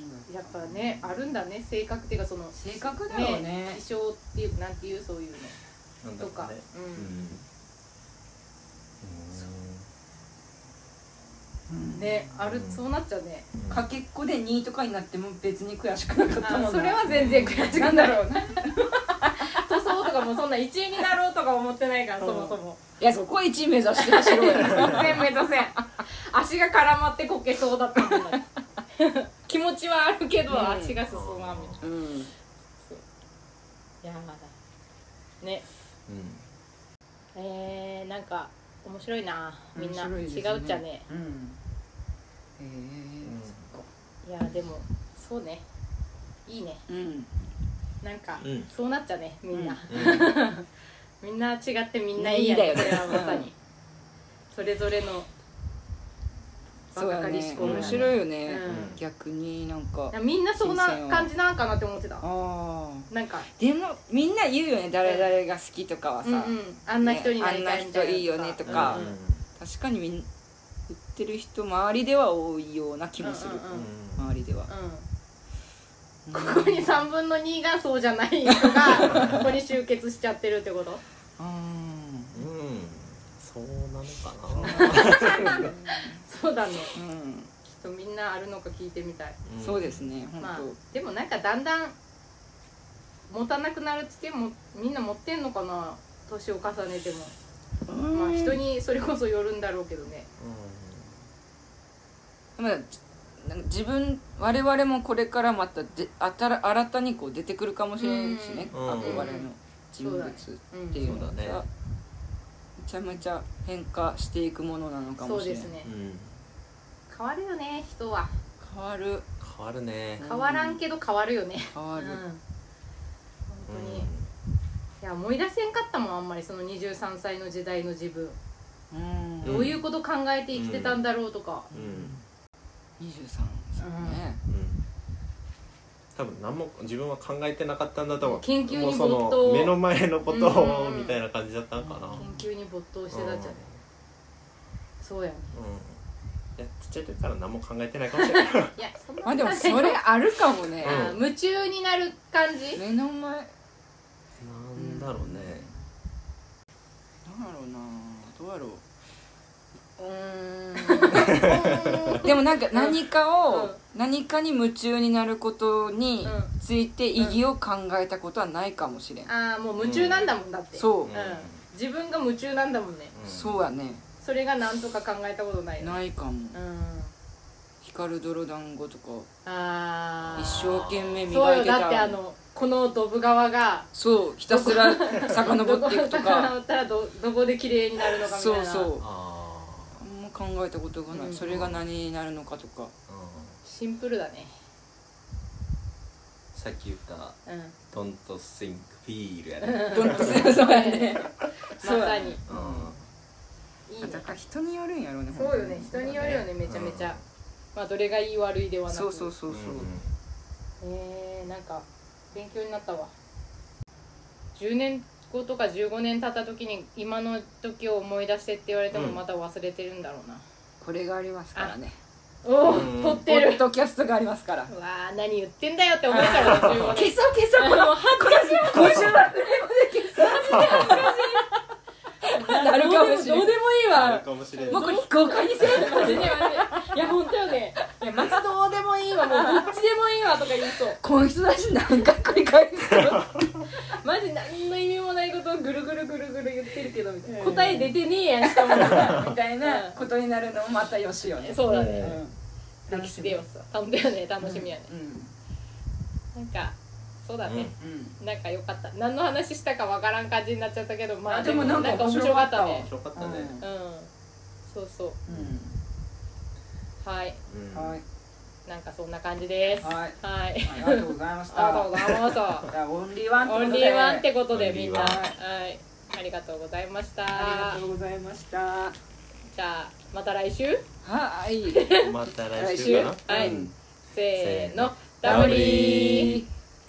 [SPEAKER 1] う
[SPEAKER 3] や
[SPEAKER 1] だ
[SPEAKER 3] ったぱねあるんだね性格っていうかその
[SPEAKER 1] 性格だろうね
[SPEAKER 3] 気性っていうなんていうそういうの
[SPEAKER 4] なんだ
[SPEAKER 3] と
[SPEAKER 4] ろ
[SPEAKER 3] か、
[SPEAKER 4] うね
[SPEAKER 3] う
[SPEAKER 4] うん
[SPEAKER 3] ん
[SPEAKER 1] うん
[SPEAKER 3] ねある
[SPEAKER 4] うん
[SPEAKER 3] そうなっちゃうね
[SPEAKER 4] うん
[SPEAKER 1] かけっこで2位とかになっても別に悔しくなかったも
[SPEAKER 3] あ
[SPEAKER 1] ん
[SPEAKER 3] それは全然悔しくない 塗装とかもそんな1位になろうとか思ってないから
[SPEAKER 1] う
[SPEAKER 3] そ
[SPEAKER 1] ん
[SPEAKER 3] もそも
[SPEAKER 1] いやそこは1位目指して走ろうよ
[SPEAKER 3] 全然目指せん足が絡まってこけそうだったもんね 気持ちはあるけど
[SPEAKER 1] うん
[SPEAKER 3] 足が進まんみたいな
[SPEAKER 1] うん
[SPEAKER 3] いやまだね
[SPEAKER 4] う
[SPEAKER 3] えー、なんか面白いなみんな、
[SPEAKER 1] 面白いです
[SPEAKER 3] 違
[SPEAKER 1] ね
[SPEAKER 3] うっちゃね
[SPEAKER 1] うんへ
[SPEAKER 4] ん
[SPEAKER 3] いやでもそうねいいね
[SPEAKER 1] えうん
[SPEAKER 3] なんか、
[SPEAKER 4] うん
[SPEAKER 3] そうなっちゃねみんな、
[SPEAKER 4] うんうん
[SPEAKER 3] みんな違ってみんないいや
[SPEAKER 1] いいんだよね
[SPEAKER 3] これはまさにそれぞれの
[SPEAKER 1] そうや
[SPEAKER 3] 若かりし
[SPEAKER 1] ね
[SPEAKER 3] 頃
[SPEAKER 1] 面白いよね
[SPEAKER 3] うん
[SPEAKER 1] 逆になんか
[SPEAKER 3] なんかみんなそんな感じなんかなって思ってた
[SPEAKER 1] ああ
[SPEAKER 3] なんか
[SPEAKER 1] でもみんな言うよね誰々が好きとかはさ、
[SPEAKER 3] うんうん、あんな人になりたいみたい
[SPEAKER 1] ねあんな
[SPEAKER 3] な
[SPEAKER 1] 人いいよねとか
[SPEAKER 3] うんうん
[SPEAKER 1] 確かにみん言ってる人周りでは多いような気もする、
[SPEAKER 3] うんうんうん
[SPEAKER 1] 周りでは、
[SPEAKER 3] うんここに3分の2がそうじゃない人 がここに集結しちゃってるってこと
[SPEAKER 1] うん
[SPEAKER 4] うんそうなの
[SPEAKER 1] う
[SPEAKER 4] か
[SPEAKER 3] そうだね
[SPEAKER 1] ん
[SPEAKER 3] きっとみんなあるのか聞いてみたい
[SPEAKER 4] な
[SPEAKER 1] そうですね本当、
[SPEAKER 3] まあでもなんかだんだん持たなくなるって言ってもみんな持ってんのかな年を重ねてもまあ人にそれこそよるんだろうけどね
[SPEAKER 4] う
[SPEAKER 1] まあなんか自分我々もこれからまたであたら新たにこう出てくるかもしれないしね、
[SPEAKER 4] うん
[SPEAKER 1] 憧れの人物っていうのが、
[SPEAKER 4] うんそうだね
[SPEAKER 1] めちゃめちゃ変化していくものなのか
[SPEAKER 3] そ
[SPEAKER 1] も
[SPEAKER 3] う
[SPEAKER 1] しれ
[SPEAKER 3] で
[SPEAKER 1] ない
[SPEAKER 3] すね
[SPEAKER 4] うん
[SPEAKER 3] 変わるよね人は
[SPEAKER 1] 変わる
[SPEAKER 4] 変わるね
[SPEAKER 1] うん
[SPEAKER 3] 変わらんけど変わるよね
[SPEAKER 1] 変わ
[SPEAKER 3] うん
[SPEAKER 1] る、
[SPEAKER 3] 本当に、いや思い出せんかったもんあんまりその23歳の時代の自分、
[SPEAKER 1] うん
[SPEAKER 4] うん
[SPEAKER 3] どういうこと考えて生きてたんだろうとか、
[SPEAKER 4] うんうん
[SPEAKER 1] 23歳ね、
[SPEAKER 4] うん多分何も自分は考えてなかったんだと思う
[SPEAKER 3] 研究に
[SPEAKER 4] もうそ
[SPEAKER 3] 没頭
[SPEAKER 4] の目の前のこと
[SPEAKER 3] う
[SPEAKER 4] を
[SPEAKER 3] ん
[SPEAKER 4] みたいな感じだったんかな
[SPEAKER 3] 研究に没頭してたじゃん、そうやね
[SPEAKER 4] うんうんいやちっちゃい時から何も考えてないかもしれない
[SPEAKER 3] いやそんな
[SPEAKER 1] まあでもそれあるかも ね、
[SPEAKER 3] あー夢中になる感じ、
[SPEAKER 1] 目の前なんだ
[SPEAKER 4] なんだろうね
[SPEAKER 1] ろうなどうやろううーんでもなんか何かを、
[SPEAKER 3] うん
[SPEAKER 1] 何かに夢中になることに
[SPEAKER 3] う
[SPEAKER 1] ついて意義を考えたことはないかもしれん、
[SPEAKER 3] ああもう夢中なんだもんだって、
[SPEAKER 1] そう、
[SPEAKER 4] うん
[SPEAKER 3] 自分が夢中なんだもんね
[SPEAKER 4] うん
[SPEAKER 1] そうやね
[SPEAKER 3] それが何とか考えたことないよね
[SPEAKER 1] ないかも、
[SPEAKER 3] うん
[SPEAKER 1] 光る泥団子とか
[SPEAKER 3] ああ
[SPEAKER 1] 一生懸命
[SPEAKER 3] そう
[SPEAKER 1] 磨い
[SPEAKER 3] よ
[SPEAKER 1] てた
[SPEAKER 3] だってあのこのドブ川が
[SPEAKER 1] そうひたすら遡
[SPEAKER 3] ど
[SPEAKER 1] っ
[SPEAKER 3] こ
[SPEAKER 1] てい くと
[SPEAKER 3] 魚
[SPEAKER 1] か
[SPEAKER 3] をったらどどこで綺麗になるのかみたい
[SPEAKER 1] そ
[SPEAKER 3] な
[SPEAKER 1] うそう
[SPEAKER 4] あ
[SPEAKER 1] あんま考えたことがない、
[SPEAKER 3] うん
[SPEAKER 1] それが何になるのかとか
[SPEAKER 4] ーうん
[SPEAKER 3] シンプルだね
[SPEAKER 4] さっき言った
[SPEAKER 3] うん
[SPEAKER 4] 「Don't think feel」やね
[SPEAKER 1] ドンと するそうやね
[SPEAKER 3] ま
[SPEAKER 1] そう
[SPEAKER 3] さ
[SPEAKER 1] や
[SPEAKER 3] に
[SPEAKER 1] ね
[SPEAKER 4] うん
[SPEAKER 3] いいね
[SPEAKER 1] だから人によるんやろうね
[SPEAKER 3] そうよね人によるよねめちゃめちゃ、まあどれがいい悪いではなく
[SPEAKER 1] そうそうそうそう、
[SPEAKER 3] えー、なんか勉強になったわ10年後とか15年経った時に今の時を思い出してって言われても
[SPEAKER 4] うん
[SPEAKER 3] また忘れてるんだろうな、
[SPEAKER 1] これがありますからね
[SPEAKER 3] おお、
[SPEAKER 4] うん
[SPEAKER 3] 撮っ
[SPEAKER 1] ポ
[SPEAKER 3] て
[SPEAKER 1] ッ
[SPEAKER 3] る
[SPEAKER 1] ドキャストがありますから
[SPEAKER 3] うわー何言ってんだよって思うからね15
[SPEAKER 1] 消
[SPEAKER 3] 年
[SPEAKER 1] そう消そうこのこの50はフレームで消そうなるかもしれな
[SPEAKER 3] どうで
[SPEAKER 1] い
[SPEAKER 3] もいい
[SPEAKER 4] あ
[SPEAKER 3] わ
[SPEAKER 4] るかもしれ
[SPEAKER 1] もう
[SPEAKER 4] な
[SPEAKER 1] こ
[SPEAKER 4] い
[SPEAKER 1] れ非公開にせえ
[SPEAKER 3] マジでマジでいや本当よねいやマジどうでもいいわもうどっちでもいいわとか言いそう
[SPEAKER 1] この人だし何回繰り返すの
[SPEAKER 3] マジ何の意味もないことをぐるぐるぐるぐる言ってるけどみたいな、
[SPEAKER 1] うん
[SPEAKER 3] 答え出てねえやんしかもみ
[SPEAKER 1] み
[SPEAKER 3] た
[SPEAKER 1] た
[SPEAKER 3] い
[SPEAKER 1] い
[SPEAKER 3] な
[SPEAKER 1] なことになるのもまたよしよね
[SPEAKER 3] そうだね、
[SPEAKER 1] うん
[SPEAKER 3] 楽しみよ本当よね楽しみやね、
[SPEAKER 1] う
[SPEAKER 3] なんかそうだね、
[SPEAKER 1] んうん
[SPEAKER 3] なんかよかった何の話したかわからん感じになっちゃったけどまあ
[SPEAKER 1] あでもなんか面白かったわ
[SPEAKER 4] 面白かったね
[SPEAKER 3] うんそうそうはい
[SPEAKER 4] うん
[SPEAKER 1] はい
[SPEAKER 3] なんかそんな感じです
[SPEAKER 1] はい
[SPEAKER 3] はい
[SPEAKER 1] ありがとうございまし
[SPEAKER 3] あ
[SPEAKER 1] た
[SPEAKER 3] りがとうございました
[SPEAKER 1] じゃあオンリーワン
[SPEAKER 3] オンリーワンってこと
[SPEAKER 4] オ
[SPEAKER 3] で
[SPEAKER 4] ンリ
[SPEAKER 3] み
[SPEAKER 4] ー
[SPEAKER 3] ん
[SPEAKER 4] ワ
[SPEAKER 3] な
[SPEAKER 4] ン
[SPEAKER 3] はいありがとうございました
[SPEAKER 1] ありがとうございましたは
[SPEAKER 3] じゃあまた来週
[SPEAKER 1] い
[SPEAKER 4] また来週かな
[SPEAKER 3] 来週はい
[SPEAKER 4] うん
[SPEAKER 3] せーの
[SPEAKER 4] ダ
[SPEAKER 3] ダ
[SPEAKER 4] ブ
[SPEAKER 3] ブ
[SPEAKER 4] リ
[SPEAKER 3] リ
[SPEAKER 4] ー
[SPEAKER 3] ー